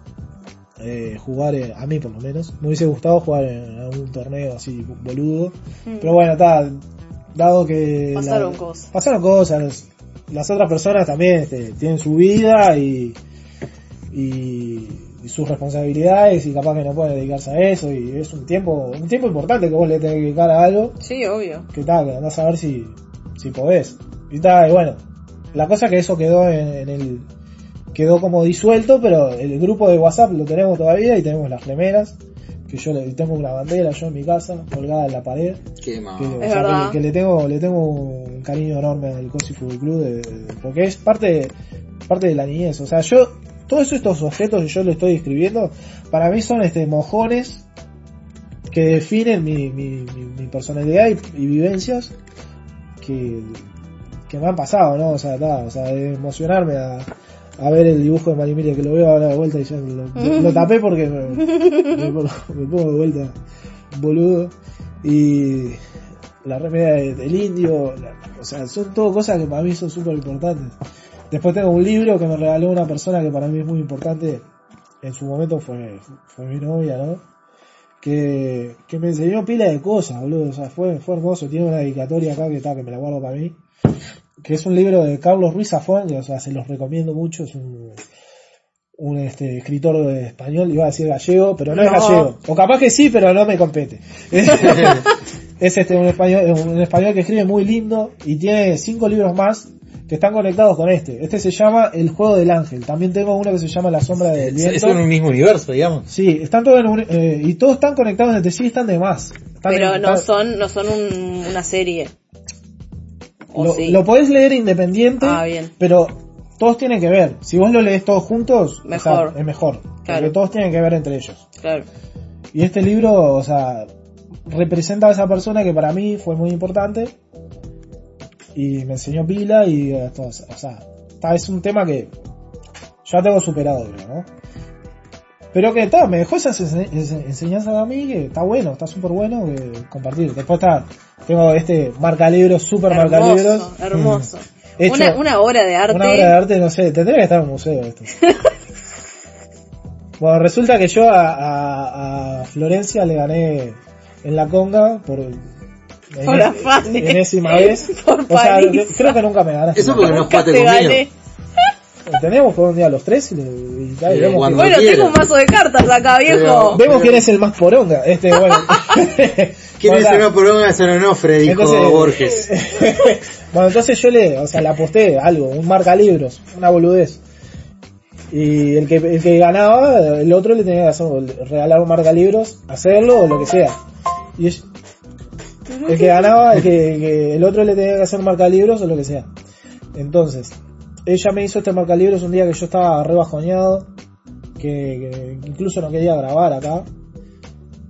Speaker 4: eh, jugar, eh, a mí por lo menos, me hubiese gustado jugar en algún torneo así boludo.
Speaker 5: Mm.
Speaker 4: Pero bueno, está, dado que... la-
Speaker 5: Pasaron cosas.
Speaker 4: pasaron cosas. los- las otras personas también este, tienen su vida y, y, y sus responsabilidades y capaz que no pueden dedicarse a eso y es un tiempo un tiempo importante que vos le tenés que dedicar a algo
Speaker 5: Sí, obvio.
Speaker 4: que tal, que andás a ver si, si podés. Y tal, y bueno, la cosa que eso quedó en, en el, quedó como disuelto, pero el grupo de WhatsApp lo tenemos todavía y tenemos las remeras. Que yo le tengo una bandera yo en mi casa, colgada en la pared.
Speaker 3: Qué
Speaker 4: Que,
Speaker 3: mal.
Speaker 4: o
Speaker 5: Es
Speaker 4: sea, que
Speaker 5: verdad.
Speaker 4: le- que le tengo, le tengo un cariño enorme al Cosi Fútbol Club de- de- porque es parte, parte de la niñez. O sea, yo, todos estos objetos que yo le estoy describiendo, para mí son este mojones que definen mi, mi, mi, mi personalidad y, y vivencias que, que me han pasado, ¿no? O sea, ta, o sea, de emocionarme a, a ver el dibujo de Marimilia que lo veo ahora de vuelta y ya lo, lo- lo tapé porque me, me pongo, me pongo de vuelta boludo. Y la remera de- del indio, la- o sea, son todo cosas que para mí son súper importantes. Después tengo un libro que me regaló una persona que para mí es muy importante, en su momento fue, fue mi novia, ¿no? Que, que me enseñó pila de cosas, boludo, o sea, fue, fue hermoso, tiene una dedicatoria acá que está, que me la guardo para mí, que es un libro de Carlos Ruiz Zafón, que, o sea, se los recomiendo mucho, es un, un este, escritor español, iba a decir gallego, pero no, es
Speaker 5: No.
Speaker 4: gallego, o capaz que sí, pero no me compete. es este, un español, un español que escribe muy lindo y tiene cinco libros más que están conectados con este. Este se llama El Juego del Ángel. También tengo uno que se llama La Sombra del
Speaker 3: Es,
Speaker 4: Viento.
Speaker 3: es un mismo universo, digamos.
Speaker 4: Sí, están todos en un- eh, y todos están conectados entre sí, están de más. Están
Speaker 5: Pero
Speaker 4: en-
Speaker 5: no
Speaker 4: están-
Speaker 5: son, no son un- una serie. O
Speaker 4: lo,
Speaker 5: sí.
Speaker 4: lo podés leer independiente,
Speaker 5: Ah, bien.
Speaker 4: pero todos tienen que ver. Si vos lo lees todos juntos, o sea,
Speaker 5: Mejor.
Speaker 4: es mejor. Porque
Speaker 5: Claro.
Speaker 4: todos tienen que ver entre ellos.
Speaker 5: Claro.
Speaker 4: Y este libro, o sea, representa a esa persona que para mí fue muy importante. Y me enseñó pila y eh, todo, o sea, ta, es un tema que ya tengo superado, creo, ¿no? Pero que está, me dejó esas ense- ense- enseñanzas a mí que está bueno, está súper bueno que compartir. Después está, tengo este marcalibros, super marcalibros.
Speaker 5: Hermoso, hermoso.
Speaker 4: Mm. Hecho-
Speaker 5: Una, una obra de arte.
Speaker 4: Una obra de arte, no sé, tendría que estar en un museo esto. bueno, resulta que yo a, a- a Florencia le gané en la conga por... en-
Speaker 5: Por afanes.
Speaker 4: Enésima vez.
Speaker 5: Por
Speaker 4: o sea,
Speaker 5: paliza.
Speaker 4: cre- creo que nunca me ganaste.
Speaker 3: Eso porque no
Speaker 5: Nunca
Speaker 3: jugaste
Speaker 5: te
Speaker 3: conmigo.
Speaker 5: gané.
Speaker 4: Tenemos por un día los tres y, le, y- y
Speaker 3: Sí,
Speaker 4: vemos,
Speaker 3: cuando-
Speaker 5: Bueno,
Speaker 3: quiera.
Speaker 5: tengo un mazo de cartas acá, viejo.
Speaker 4: quién- vemos quién es el más poronga. Este, bueno.
Speaker 3: ¿Quién es
Speaker 4: Hola.
Speaker 3: el más programa de San Onofre? Dijo
Speaker 4: Entonces-
Speaker 3: Borges.
Speaker 4: bueno, entonces yo le, o sea, le aposté algo, un marca libros, una boludez. Y el que, el que ganaba, el otro le tenía que hacer, regalar un marca libros, hacerlo o lo que sea. Y es- el que ganaba, el que, que el otro le tenía que hacer marca libros o lo que sea. Entonces, ella me hizo este marca libros un día que yo estaba re bajoneado, que, que incluso no quería grabar acá.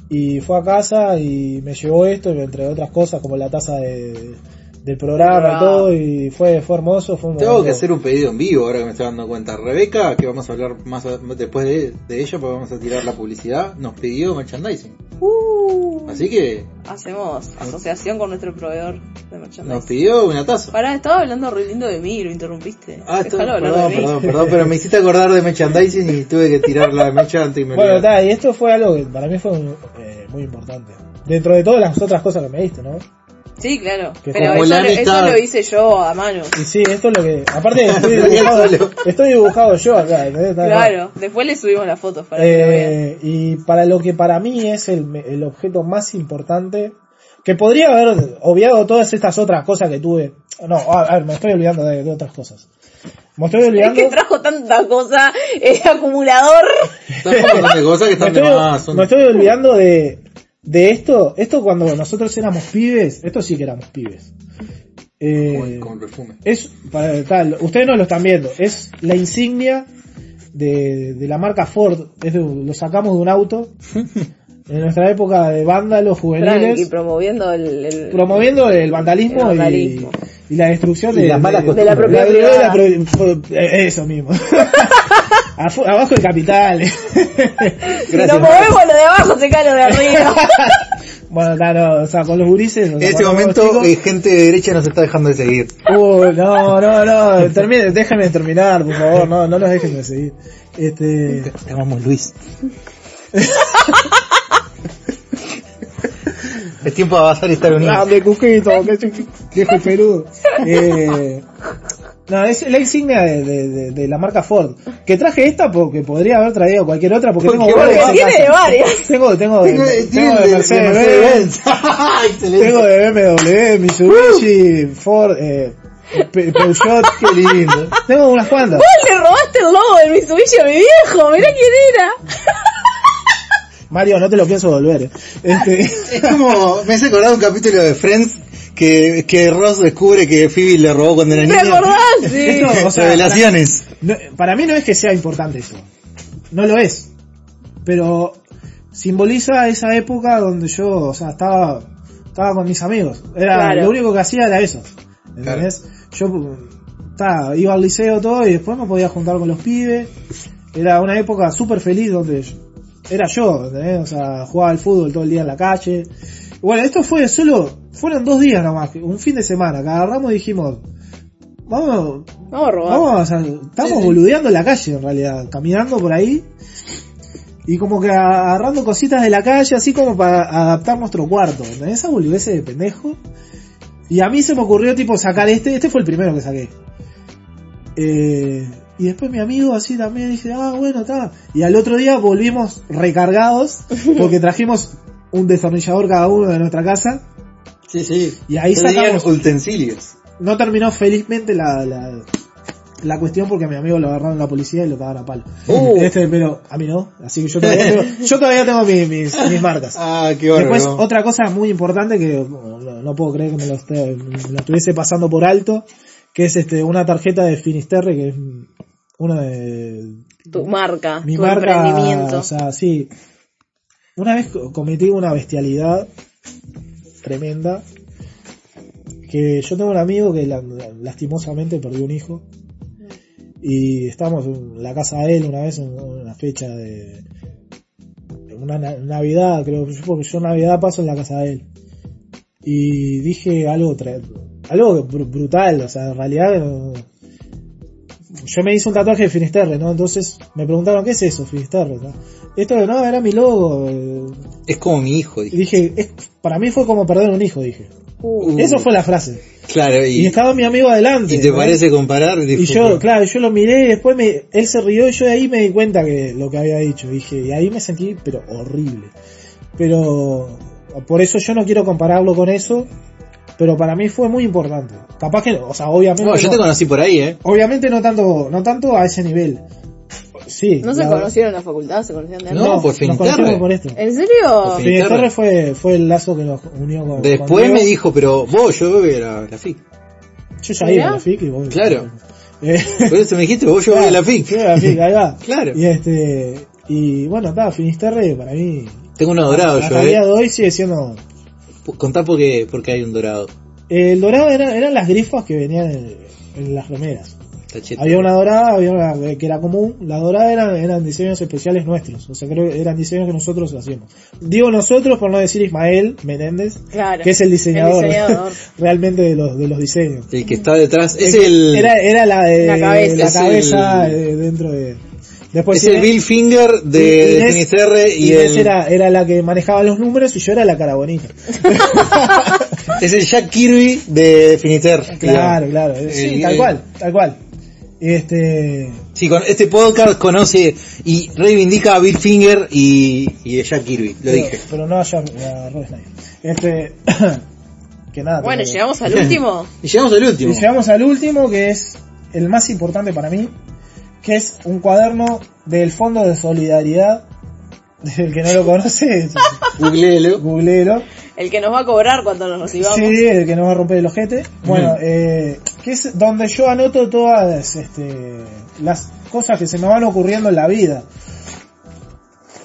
Speaker 4: Y fue a casa y me llevó esto, entre otras cosas, como la taza de, del programa y
Speaker 5: Ah.
Speaker 4: todo, y fue, fue hermoso, fue un
Speaker 3: Tengo
Speaker 4: momento-
Speaker 3: que hacer un pedido en vivo ahora que me estoy dando cuenta. Rebeca, que vamos a hablar más a- después de, de ella, porque vamos a tirar la publicidad, nos pidió merchandising.
Speaker 5: Uh,
Speaker 3: Así que
Speaker 5: hacemos asociación con nuestro proveedor de merchandising.
Speaker 3: nos pidió una taza.
Speaker 5: Pará, estaba hablando re lindo de mí, lo interrumpiste.
Speaker 3: Ah, esto-
Speaker 5: Dejalo hablar
Speaker 3: perdón,
Speaker 5: de mí.
Speaker 3: perdón, perdón, pero me hiciste acordar de merchandising y tuve que tirar la mecha antes y me
Speaker 4: Bueno,
Speaker 3: olvidé.
Speaker 4: ta, y esto fue algo que para mí fue eh, muy importante. Dentro de todas las otras cosas que me diste, ¿no?
Speaker 5: Sí, claro.
Speaker 4: Que
Speaker 5: Pero
Speaker 3: como
Speaker 5: eso,
Speaker 3: la
Speaker 5: lo- eso
Speaker 3: amistad.
Speaker 5: lo hice yo a mano.
Speaker 4: Y sí, esto es lo que... Aparte, estoy
Speaker 3: Lo tenía
Speaker 4: dibujado,
Speaker 3: solo.
Speaker 4: estoy dibujado yo acá, ¿entendés? Ta,
Speaker 5: Claro. Después le subimos las fotos para que lo vean.
Speaker 4: Eh, y para lo que para mí es el, me- el objeto más importante, que podría haber obviado todas estas otras cosas que tuve. No, a, a ver, me estoy olvidando de, de otras cosas. Me estoy
Speaker 5: Es
Speaker 4: olvidando.
Speaker 5: que trajo tanta cosa, el acumulador.
Speaker 3: Estamos hablando de cosas que
Speaker 4: me,
Speaker 3: están de más.
Speaker 4: estoy,
Speaker 3: son-
Speaker 4: me estoy olvidando de, de esto. Esto cuando nosotros éramos pibes, esto sí que éramos pibes. Eh,
Speaker 3: Uy, Con perfume.
Speaker 4: es para tal, ustedes no lo están viendo, es la insignia de, de la marca Ford, es de un- lo sacamos de un auto en nuestra época de vándalos
Speaker 5: Tranqui,
Speaker 4: juveniles,
Speaker 5: promoviendo el... el-
Speaker 4: promoviendo el vandalismo,
Speaker 5: El vandalismo.
Speaker 4: Y, y la destrucción
Speaker 3: Y
Speaker 4: de,
Speaker 3: las malas
Speaker 4: de-
Speaker 3: costumbres.
Speaker 4: de la
Speaker 5: De la
Speaker 4: pro- pro- eh, eso mismo. Afu- abajo el capital.
Speaker 5: Si nos movemos lo de abajo, se cae lo de arriba.
Speaker 4: bueno, claro, o sea, con los gurises. o
Speaker 3: En
Speaker 4: sea,
Speaker 3: este
Speaker 4: cuando éramos
Speaker 3: momento,
Speaker 4: chicos-
Speaker 3: eh, gente de derecha nos está dejando de seguir.
Speaker 4: Uh, no, no, no, termine, déjenme terminar, por favor, no, no los dejen de seguir. Este,
Speaker 3: Te amamos, Luis. es tiempo Ah, de avanzar y estar unidos.
Speaker 4: grande cuquito, que ch- viejo peludo. Eh, no, es la insignia de, de- de- de la marca Ford. Que traje esta porque podría haber traído cualquier otra porque,
Speaker 3: Porque
Speaker 4: tengo
Speaker 3: vos-
Speaker 4: varias en
Speaker 5: tiene
Speaker 4: casa.
Speaker 5: varias.
Speaker 4: Tengo, tengo, de-
Speaker 3: eh,
Speaker 4: tengo de Mercedes-Benz,
Speaker 3: Ah, Excelente.
Speaker 4: tengo de BMW, Mitsubishi, Ford, eh, Pe- Peugeot, qué lindo. Tengo unas cuantas.
Speaker 5: ¡Ay, le robaste el logo de Mitsubishi a mi viejo! ¡Mirá quién era!
Speaker 4: Mario, no te lo pienso volver. eh. Este,
Speaker 3: Es como, me hace acordar un capítulo de Friends que, que Ross descubre que Phoebe le robó cuando era
Speaker 5: ¿Te
Speaker 3: niña.
Speaker 5: acordás? Sí.
Speaker 4: No, o sea,
Speaker 3: Revelaciones.
Speaker 4: no- para mí no es que sea importante eso. No lo es. Pero simboliza esa época donde yo, o sea, estaba, estaba con mis amigos. Era,
Speaker 5: Claro.
Speaker 4: lo único que hacía era eso. ¿Entendés? Yo, ta, iba al liceo todo y después me podía juntar con los pibes. Era una época súper feliz donde yo- era yo, ¿entendés? O sea, jugaba al fútbol todo el día en la calle. Bueno, esto fue solo, fueron dos días nomás, que- un fin de semana, que agarramos y dijimos, vamos,
Speaker 5: Vamos a robar.
Speaker 4: Vamos, o sea, estamos boludeando en la calle en realidad, caminando por ahí y como que agarrando cositas de la calle así como para adaptar nuestro cuarto, ¿entendés? esa boludez de pendejo. Y a mí se me ocurrió tipo sacar este, este fue el primero que saqué. Eh, y después mi amigo así también dije, ah bueno, está. Y al otro día volvimos recargados porque trajimos un destornillador cada uno de nuestra casa
Speaker 3: Sí, sí.
Speaker 4: y ahí
Speaker 3: Tenían
Speaker 4: sacamos
Speaker 3: utensilios.
Speaker 4: no terminó felizmente la, la, la cuestión porque a mi amigo lo agarraron la policía y lo cagaron a palo.
Speaker 3: Uh.
Speaker 4: Este, pero a mí no, así que yo todavía tengo, yo todavía tengo mi- mis, mis marcas.
Speaker 3: Ah, qué bárbaro.
Speaker 4: Después, otra cosa muy importante que bueno, no, no puedo creer que me lo, esté- me lo estuviese pasando por alto, que es este una tarjeta de Finisterre, que es una de
Speaker 5: Tu marca,
Speaker 4: mi
Speaker 5: tu
Speaker 4: marca,
Speaker 5: emprendimiento.
Speaker 4: o sea, sí. Una vez co- cometí una bestialidad tremenda. Que yo tengo un amigo que la- la- lastimosamente perdió un hijo. Y estamos en la casa de él una vez en una fecha de... en Una na- Navidad, creo que yo, porque yo Navidad paso en la casa de él. Y dije algo, tra- algo br- brutal, o sea, en realidad eh, yo me hice un tatuaje de Finisterre, ¿no? Entonces me preguntaron, ¿qué es eso, Finisterre? no? Esto no, era mi logo. eh.
Speaker 3: Es como mi hijo,
Speaker 4: Y
Speaker 3: dije.
Speaker 4: dije, es- para mí fue como perder un hijo, dije.
Speaker 3: Uh,
Speaker 4: Eso fue la frase.
Speaker 3: Claro,
Speaker 4: Y,
Speaker 3: y,
Speaker 4: estaba mi amigo adelante.
Speaker 3: y te
Speaker 4: ¿no?
Speaker 3: parece comparar.
Speaker 4: Y yo, claro, yo lo miré y después me, él se rió y yo de ahí me di cuenta que lo que había dicho. Dije, y ahí me sentí, pero horrible. Pero, por eso yo no quiero compararlo con eso, pero para mí fue muy importante. Capaz que, o sea, obviamente.
Speaker 3: No, yo
Speaker 4: no-
Speaker 3: te conocí por ahí, eh.
Speaker 4: Obviamente no tanto, no tanto a ese nivel. Sí.
Speaker 5: No se
Speaker 4: la-
Speaker 5: conocieron en la facultad, se conocían de antes.
Speaker 3: No, pues por
Speaker 4: nos
Speaker 3: Finisterre.
Speaker 4: conocimos por esto.
Speaker 5: ¿En serio?
Speaker 3: Por
Speaker 4: Finisterre Finisterre fue, fue el lazo que nos unió con
Speaker 3: Después
Speaker 4: con
Speaker 3: me
Speaker 4: Diego.
Speaker 3: dijo, pero vos, yo voy a la, la FIC.
Speaker 4: Yo ya iba a la
Speaker 5: Mirá.
Speaker 4: FIC y vos.
Speaker 3: Claro.
Speaker 4: Eh,
Speaker 3: Por eso me dijiste, vos, yo voy a la
Speaker 4: yo
Speaker 3: FIC.
Speaker 4: iba a la FIC, ahí va.
Speaker 3: Claro.
Speaker 4: Y este, y bueno, está, Finisterre para mí.
Speaker 3: Tengo uno dorado yo,
Speaker 4: Hasta el día
Speaker 3: eh.
Speaker 4: de hoy sigue siendo.
Speaker 3: P- Contá porque, porque hay un dorado.
Speaker 4: eh, El dorado era- eran las grifas que venían en, en las remeras.
Speaker 3: Está cheto.
Speaker 4: Había una dorada, había una que era común. La dorada eran, eran diseños especiales nuestros. O sea, creo que eran diseños que nosotros hacíamos. Digo nosotros por no decir Ismael Menéndez,
Speaker 5: Claro.
Speaker 4: que es el diseñador,
Speaker 5: El diseñador.
Speaker 4: realmente de los, de los diseños.
Speaker 3: El que está detrás es el,
Speaker 4: Era, era la, de,
Speaker 5: La cabeza.
Speaker 4: la
Speaker 3: Es
Speaker 4: cabeza
Speaker 3: el-
Speaker 4: eh, dentro de... Después
Speaker 3: es el
Speaker 4: tiene-
Speaker 3: Bill Finger de, de
Speaker 4: Inés-
Speaker 3: Finisterre y
Speaker 4: Inés
Speaker 3: el,
Speaker 4: era, era la que manejaba los números y yo era la cara bonita.
Speaker 3: es el Jack Kirby de Finisterre.
Speaker 4: Claro,
Speaker 3: digamos.
Speaker 4: claro. Sí,
Speaker 3: El-
Speaker 4: tal
Speaker 3: el-
Speaker 4: cual, tal cual. Este...
Speaker 3: Sí, con este podcast conoce y reivindica a Bill Finger y, y a Jack Kirby, lo
Speaker 4: pero,
Speaker 3: dije.
Speaker 4: Pero no a, Jar- a Rob Schneider. Este... que nada.
Speaker 5: Bueno,
Speaker 4: tengo que-
Speaker 5: llegamos al último.
Speaker 3: Y llegamos al último.
Speaker 4: Y llegamos al último, que es el más importante para mí, que es un cuaderno del Fondo de Solidaridad, del que no lo conoce,
Speaker 3: Googleelo.
Speaker 4: googleelo.
Speaker 5: El que nos va a cobrar cuando nos recibamos.
Speaker 4: Sí, el que nos va a romper el ojete. Bueno, eh, que es donde yo anoto todas este, las cosas que se me van ocurriendo en la vida.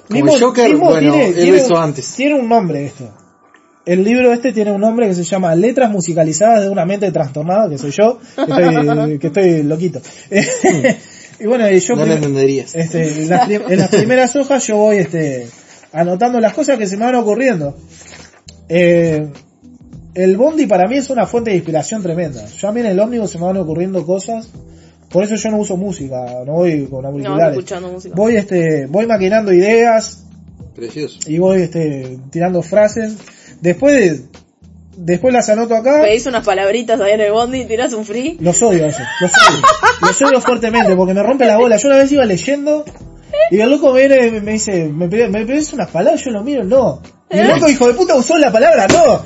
Speaker 3: Como Joker, bueno, él hizo antes.
Speaker 4: tiene un nombre esto. El libro este tiene un nombre que se llama Letras musicalizadas de una mente trastornada, que soy yo, que estoy, que estoy loquito. y bueno, y yo
Speaker 3: No lo
Speaker 4: prim-
Speaker 3: entenderías.
Speaker 4: este, en, las, prim- en las primeras hojas yo voy este, anotando las cosas que se me van ocurriendo. Eh, el bondi para mí es una fuente de inspiración tremenda. Yo a mí en el ómnibus se me van ocurriendo cosas. Por eso yo no uso música, no voy con
Speaker 5: No, no
Speaker 4: auriculares.
Speaker 5: escuchando música.
Speaker 4: voy este, voy maquinando ideas,
Speaker 3: Precioso.
Speaker 4: y voy este, tirando frases. Después de- después las anoto acá.
Speaker 5: Pedís unas palabritas ahí en el bondi y tirás un free.
Speaker 4: Los odio a esos, los odio. Los odio fuertemente porque me rompe la bola. Yo una vez iba leyendo y el loco viene y me, me dice,
Speaker 5: ¿Eh?
Speaker 4: ¿me, pe- me pedís unas palabras? Yo lo miro, no. Y el loco hijo de puta usó la palabra, no.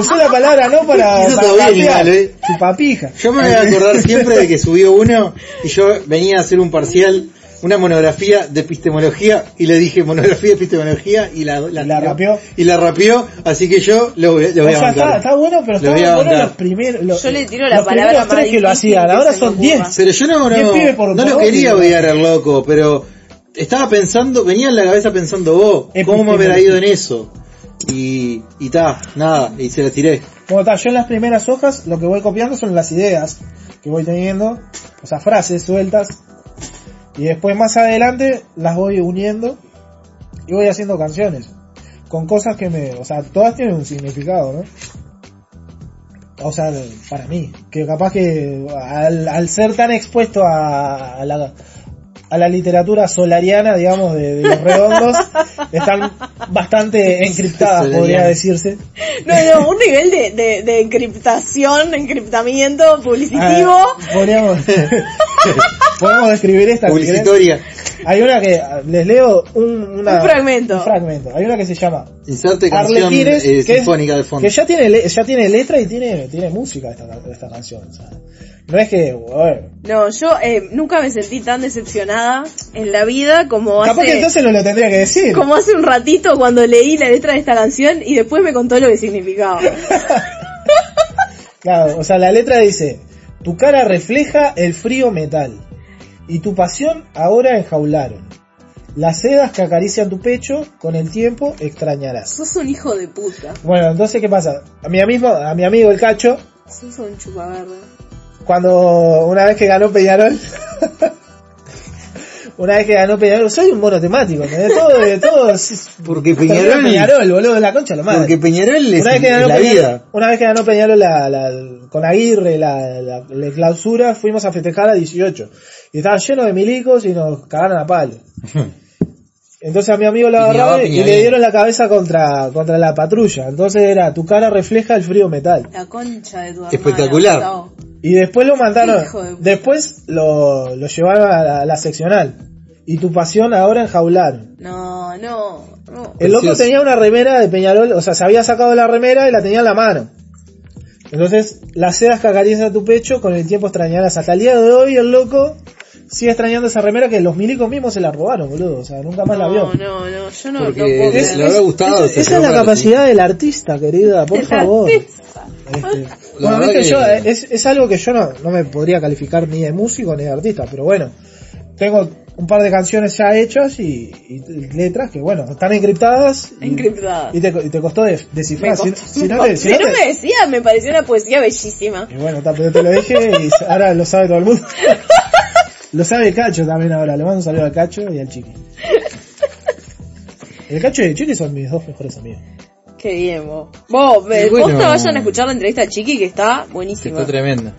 Speaker 4: Usó la palabra no para.
Speaker 3: Eso está
Speaker 4: para
Speaker 3: bien
Speaker 4: papear.
Speaker 3: igual, ¿eh?
Speaker 4: Chupapija.
Speaker 3: Yo me voy a acordar siempre de que subió uno y yo venía a hacer un parcial, una monografía de epistemología y le dije monografía de epistemología y la,
Speaker 4: Y la rapeó.
Speaker 3: Y la rapeó, así que yo lo, voy- lo
Speaker 4: O
Speaker 3: voy a
Speaker 4: sea,
Speaker 3: bancar.
Speaker 4: está, está bueno, pero
Speaker 3: Lo voy a
Speaker 4: está bueno los
Speaker 3: bancar.
Speaker 4: primeros. Los,
Speaker 5: Yo le tiro la
Speaker 4: los
Speaker 5: palabra
Speaker 4: primeros
Speaker 5: más
Speaker 4: tres que lo
Speaker 5: difícil
Speaker 4: hacían,
Speaker 5: que
Speaker 4: ahora
Speaker 5: se me
Speaker 4: son
Speaker 5: ocurra.
Speaker 4: 10.
Speaker 3: Pero yo no,
Speaker 4: Diez
Speaker 3: no,
Speaker 4: pibes por-
Speaker 3: no
Speaker 4: por
Speaker 3: lo
Speaker 4: vos,
Speaker 3: quería
Speaker 4: digo.
Speaker 3: odiar al loco, pero estaba pensando, venía en la cabeza pensando vos, ¿cómo me hubiera ido en eso? Y, y ta, nada, y se la tiré.
Speaker 4: Bueno, está, yo en las primeras hojas lo que voy copiando son las ideas que voy teniendo, o sea, frases sueltas. Y después más adelante las voy uniendo y voy haciendo canciones. Con cosas que me, o sea, todas tienen un significado, ¿no? O sea, de- para mí, que capaz que al, al ser tan expuesto a, a la, a la literatura solariana, digamos, de, de los redondos, están bastante encriptadas, podría
Speaker 3: Solariana.
Speaker 4: decirse.
Speaker 5: No, no, un nivel de, de, de encriptación, encriptamiento publicitivo.
Speaker 4: Ah, podríamos, podemos describir esta. si
Speaker 3: Publicitoria.
Speaker 4: querés. Hay una que, les leo un, una-
Speaker 5: Un fragmento.
Speaker 4: un fragmento. Hay una que se llama
Speaker 3: Inserte canción
Speaker 4: Arlequines,
Speaker 3: eh,
Speaker 4: que, es-
Speaker 3: sinfónica de fondo.
Speaker 4: que ya tiene, le- ya tiene letra y tiene, tiene música esta, esta canción. o sea, no es que, bueno,
Speaker 5: No, yo eh, nunca me sentí tan decepcionada en la vida como
Speaker 4: capaz que
Speaker 5: hace,
Speaker 4: entonces no lo tendría que decir.
Speaker 5: como hace un ratito cuando leí la letra de esta canción y después me contó lo que significaba.
Speaker 4: Claro, o sea, la letra dice, tu cara refleja el frío metal y tu pasión ahora enjaularon. Las sedas que acarician tu pecho con el tiempo extrañarás.
Speaker 5: Sos un hijo de puta.
Speaker 4: Bueno, entonces, ¿qué pasa? A mi, amigo, a mi amigo el Cacho,
Speaker 5: Sos un chupaverde.
Speaker 4: cuando una vez que ganó Peñarol, una vez que ganó Peñarol, soy un mono temático, ¿entendés? Todo, de todo, es-
Speaker 3: Porque
Speaker 4: termina
Speaker 3: Peñarol,
Speaker 4: Peñarol, boludo, de la concha, lo madre.
Speaker 3: porque Peñarol es,
Speaker 4: una vez que ganó
Speaker 3: es la
Speaker 4: Peñarol,
Speaker 3: vida.
Speaker 4: una vez que ganó Peñarol la, la- con Aguirre la, la- la clausura, fuimos a festejar a 18. Y estaba lleno de milicos y nos cagaron a palo. Entonces a mi amigo lo
Speaker 3: Y
Speaker 4: agarraron
Speaker 3: llevaba
Speaker 4: y, le
Speaker 3: Peñarol.
Speaker 4: dieron la cabeza contra, contra la patrulla. Entonces era, tu cara refleja el frío metal.
Speaker 5: La concha de tu hermana.
Speaker 3: Espectacular.
Speaker 5: Gustavo.
Speaker 4: Y después lo mandaron,
Speaker 5: Hijo de puta.
Speaker 4: después lo, lo llevaron a la, a la seccional. Y tu pasión ahora enjaularon.
Speaker 5: No, no, no.
Speaker 4: El loco
Speaker 3: Precioso.
Speaker 4: tenía una remera de Peñarol, o sea, se había sacado la remera y la tenía en la mano. Entonces, las sedas que acarician tu pecho con el tiempo extrañarás. Hasta el día de hoy el loco sigue extrañando esa remera que los milicos mismos se la robaron, boludo. O sea, nunca más la vio.
Speaker 5: No, no, no, yo no, no
Speaker 3: Porque
Speaker 5: puedo
Speaker 3: le-
Speaker 5: creer.
Speaker 3: le habrá gustado.
Speaker 4: Esa es la capacidad del artista, querida, por favor. Este,
Speaker 3: verdad
Speaker 4: bueno, viste,
Speaker 3: que-
Speaker 4: yo, eh, es, es algo que yo no, no me podría calificar ni de músico ni de artista, pero bueno, tengo un par de canciones ya hechas y, y letras que, bueno, están encriptadas. y-
Speaker 5: Encriptada.
Speaker 4: Y te, y te costó de- descifrar. Si, si no te, si
Speaker 5: Si
Speaker 4: no
Speaker 5: no
Speaker 4: te-
Speaker 5: me decía, me pareció una poesía bellísima.
Speaker 4: Y bueno, ta, pero te lo dije y ahora lo sabe todo el mundo. lo sabe Cacho también ahora. Le mando un saludo a Cacho y al Chiqui. El Cacho y el Chiqui son mis dos mejores amigos.
Speaker 5: Qué bien, vos. Vos, me-
Speaker 3: bueno.
Speaker 5: posta vayan a escuchar la entrevista a Chiqui que está
Speaker 3: Que
Speaker 5: buenísima.
Speaker 3: está tremenda.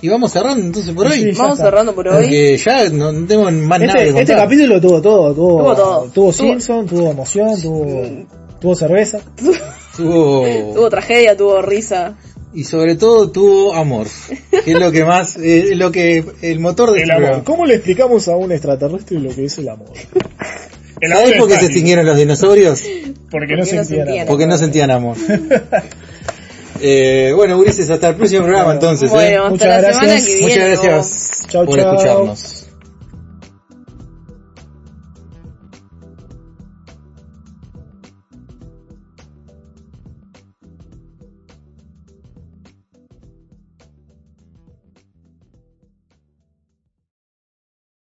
Speaker 3: Y vamos cerrando entonces por
Speaker 4: Sí,
Speaker 3: hoy.
Speaker 4: ya
Speaker 5: Vamos
Speaker 4: está.
Speaker 5: cerrando por hoy.
Speaker 3: Porque ya no, no tengo más nada que
Speaker 4: Este,
Speaker 3: contar.
Speaker 4: este capítulo tuvo todo, tuvo,
Speaker 5: Tuvo todo.
Speaker 4: tuvo
Speaker 5: Tuvo-
Speaker 4: Simpson, tuvo emoción, tuvo, tuvo cerveza.
Speaker 3: Tuvo-
Speaker 5: Tuvo tragedia, tuvo risa.
Speaker 3: Y sobre todo tuvo amor. Que es lo que más, eh, es lo que, el motor del programa.
Speaker 4: ¿Cómo le explicamos a un extraterrestre lo que es el amor?
Speaker 3: ¿Sabés por qué se extinguieron los dinosaurios?
Speaker 4: Porque
Speaker 5: no sentían amor.
Speaker 3: Porque no sentían amor. Eh, bueno, Ulises, hasta el próximo programa entonces. eh.
Speaker 5: Bueno, hasta
Speaker 4: muchas
Speaker 5: la
Speaker 4: gracias.
Speaker 5: semana que viene.
Speaker 3: Muchas
Speaker 5: vos.
Speaker 3: gracias
Speaker 4: Chau,
Speaker 3: por
Speaker 4: chau.
Speaker 3: escucharnos.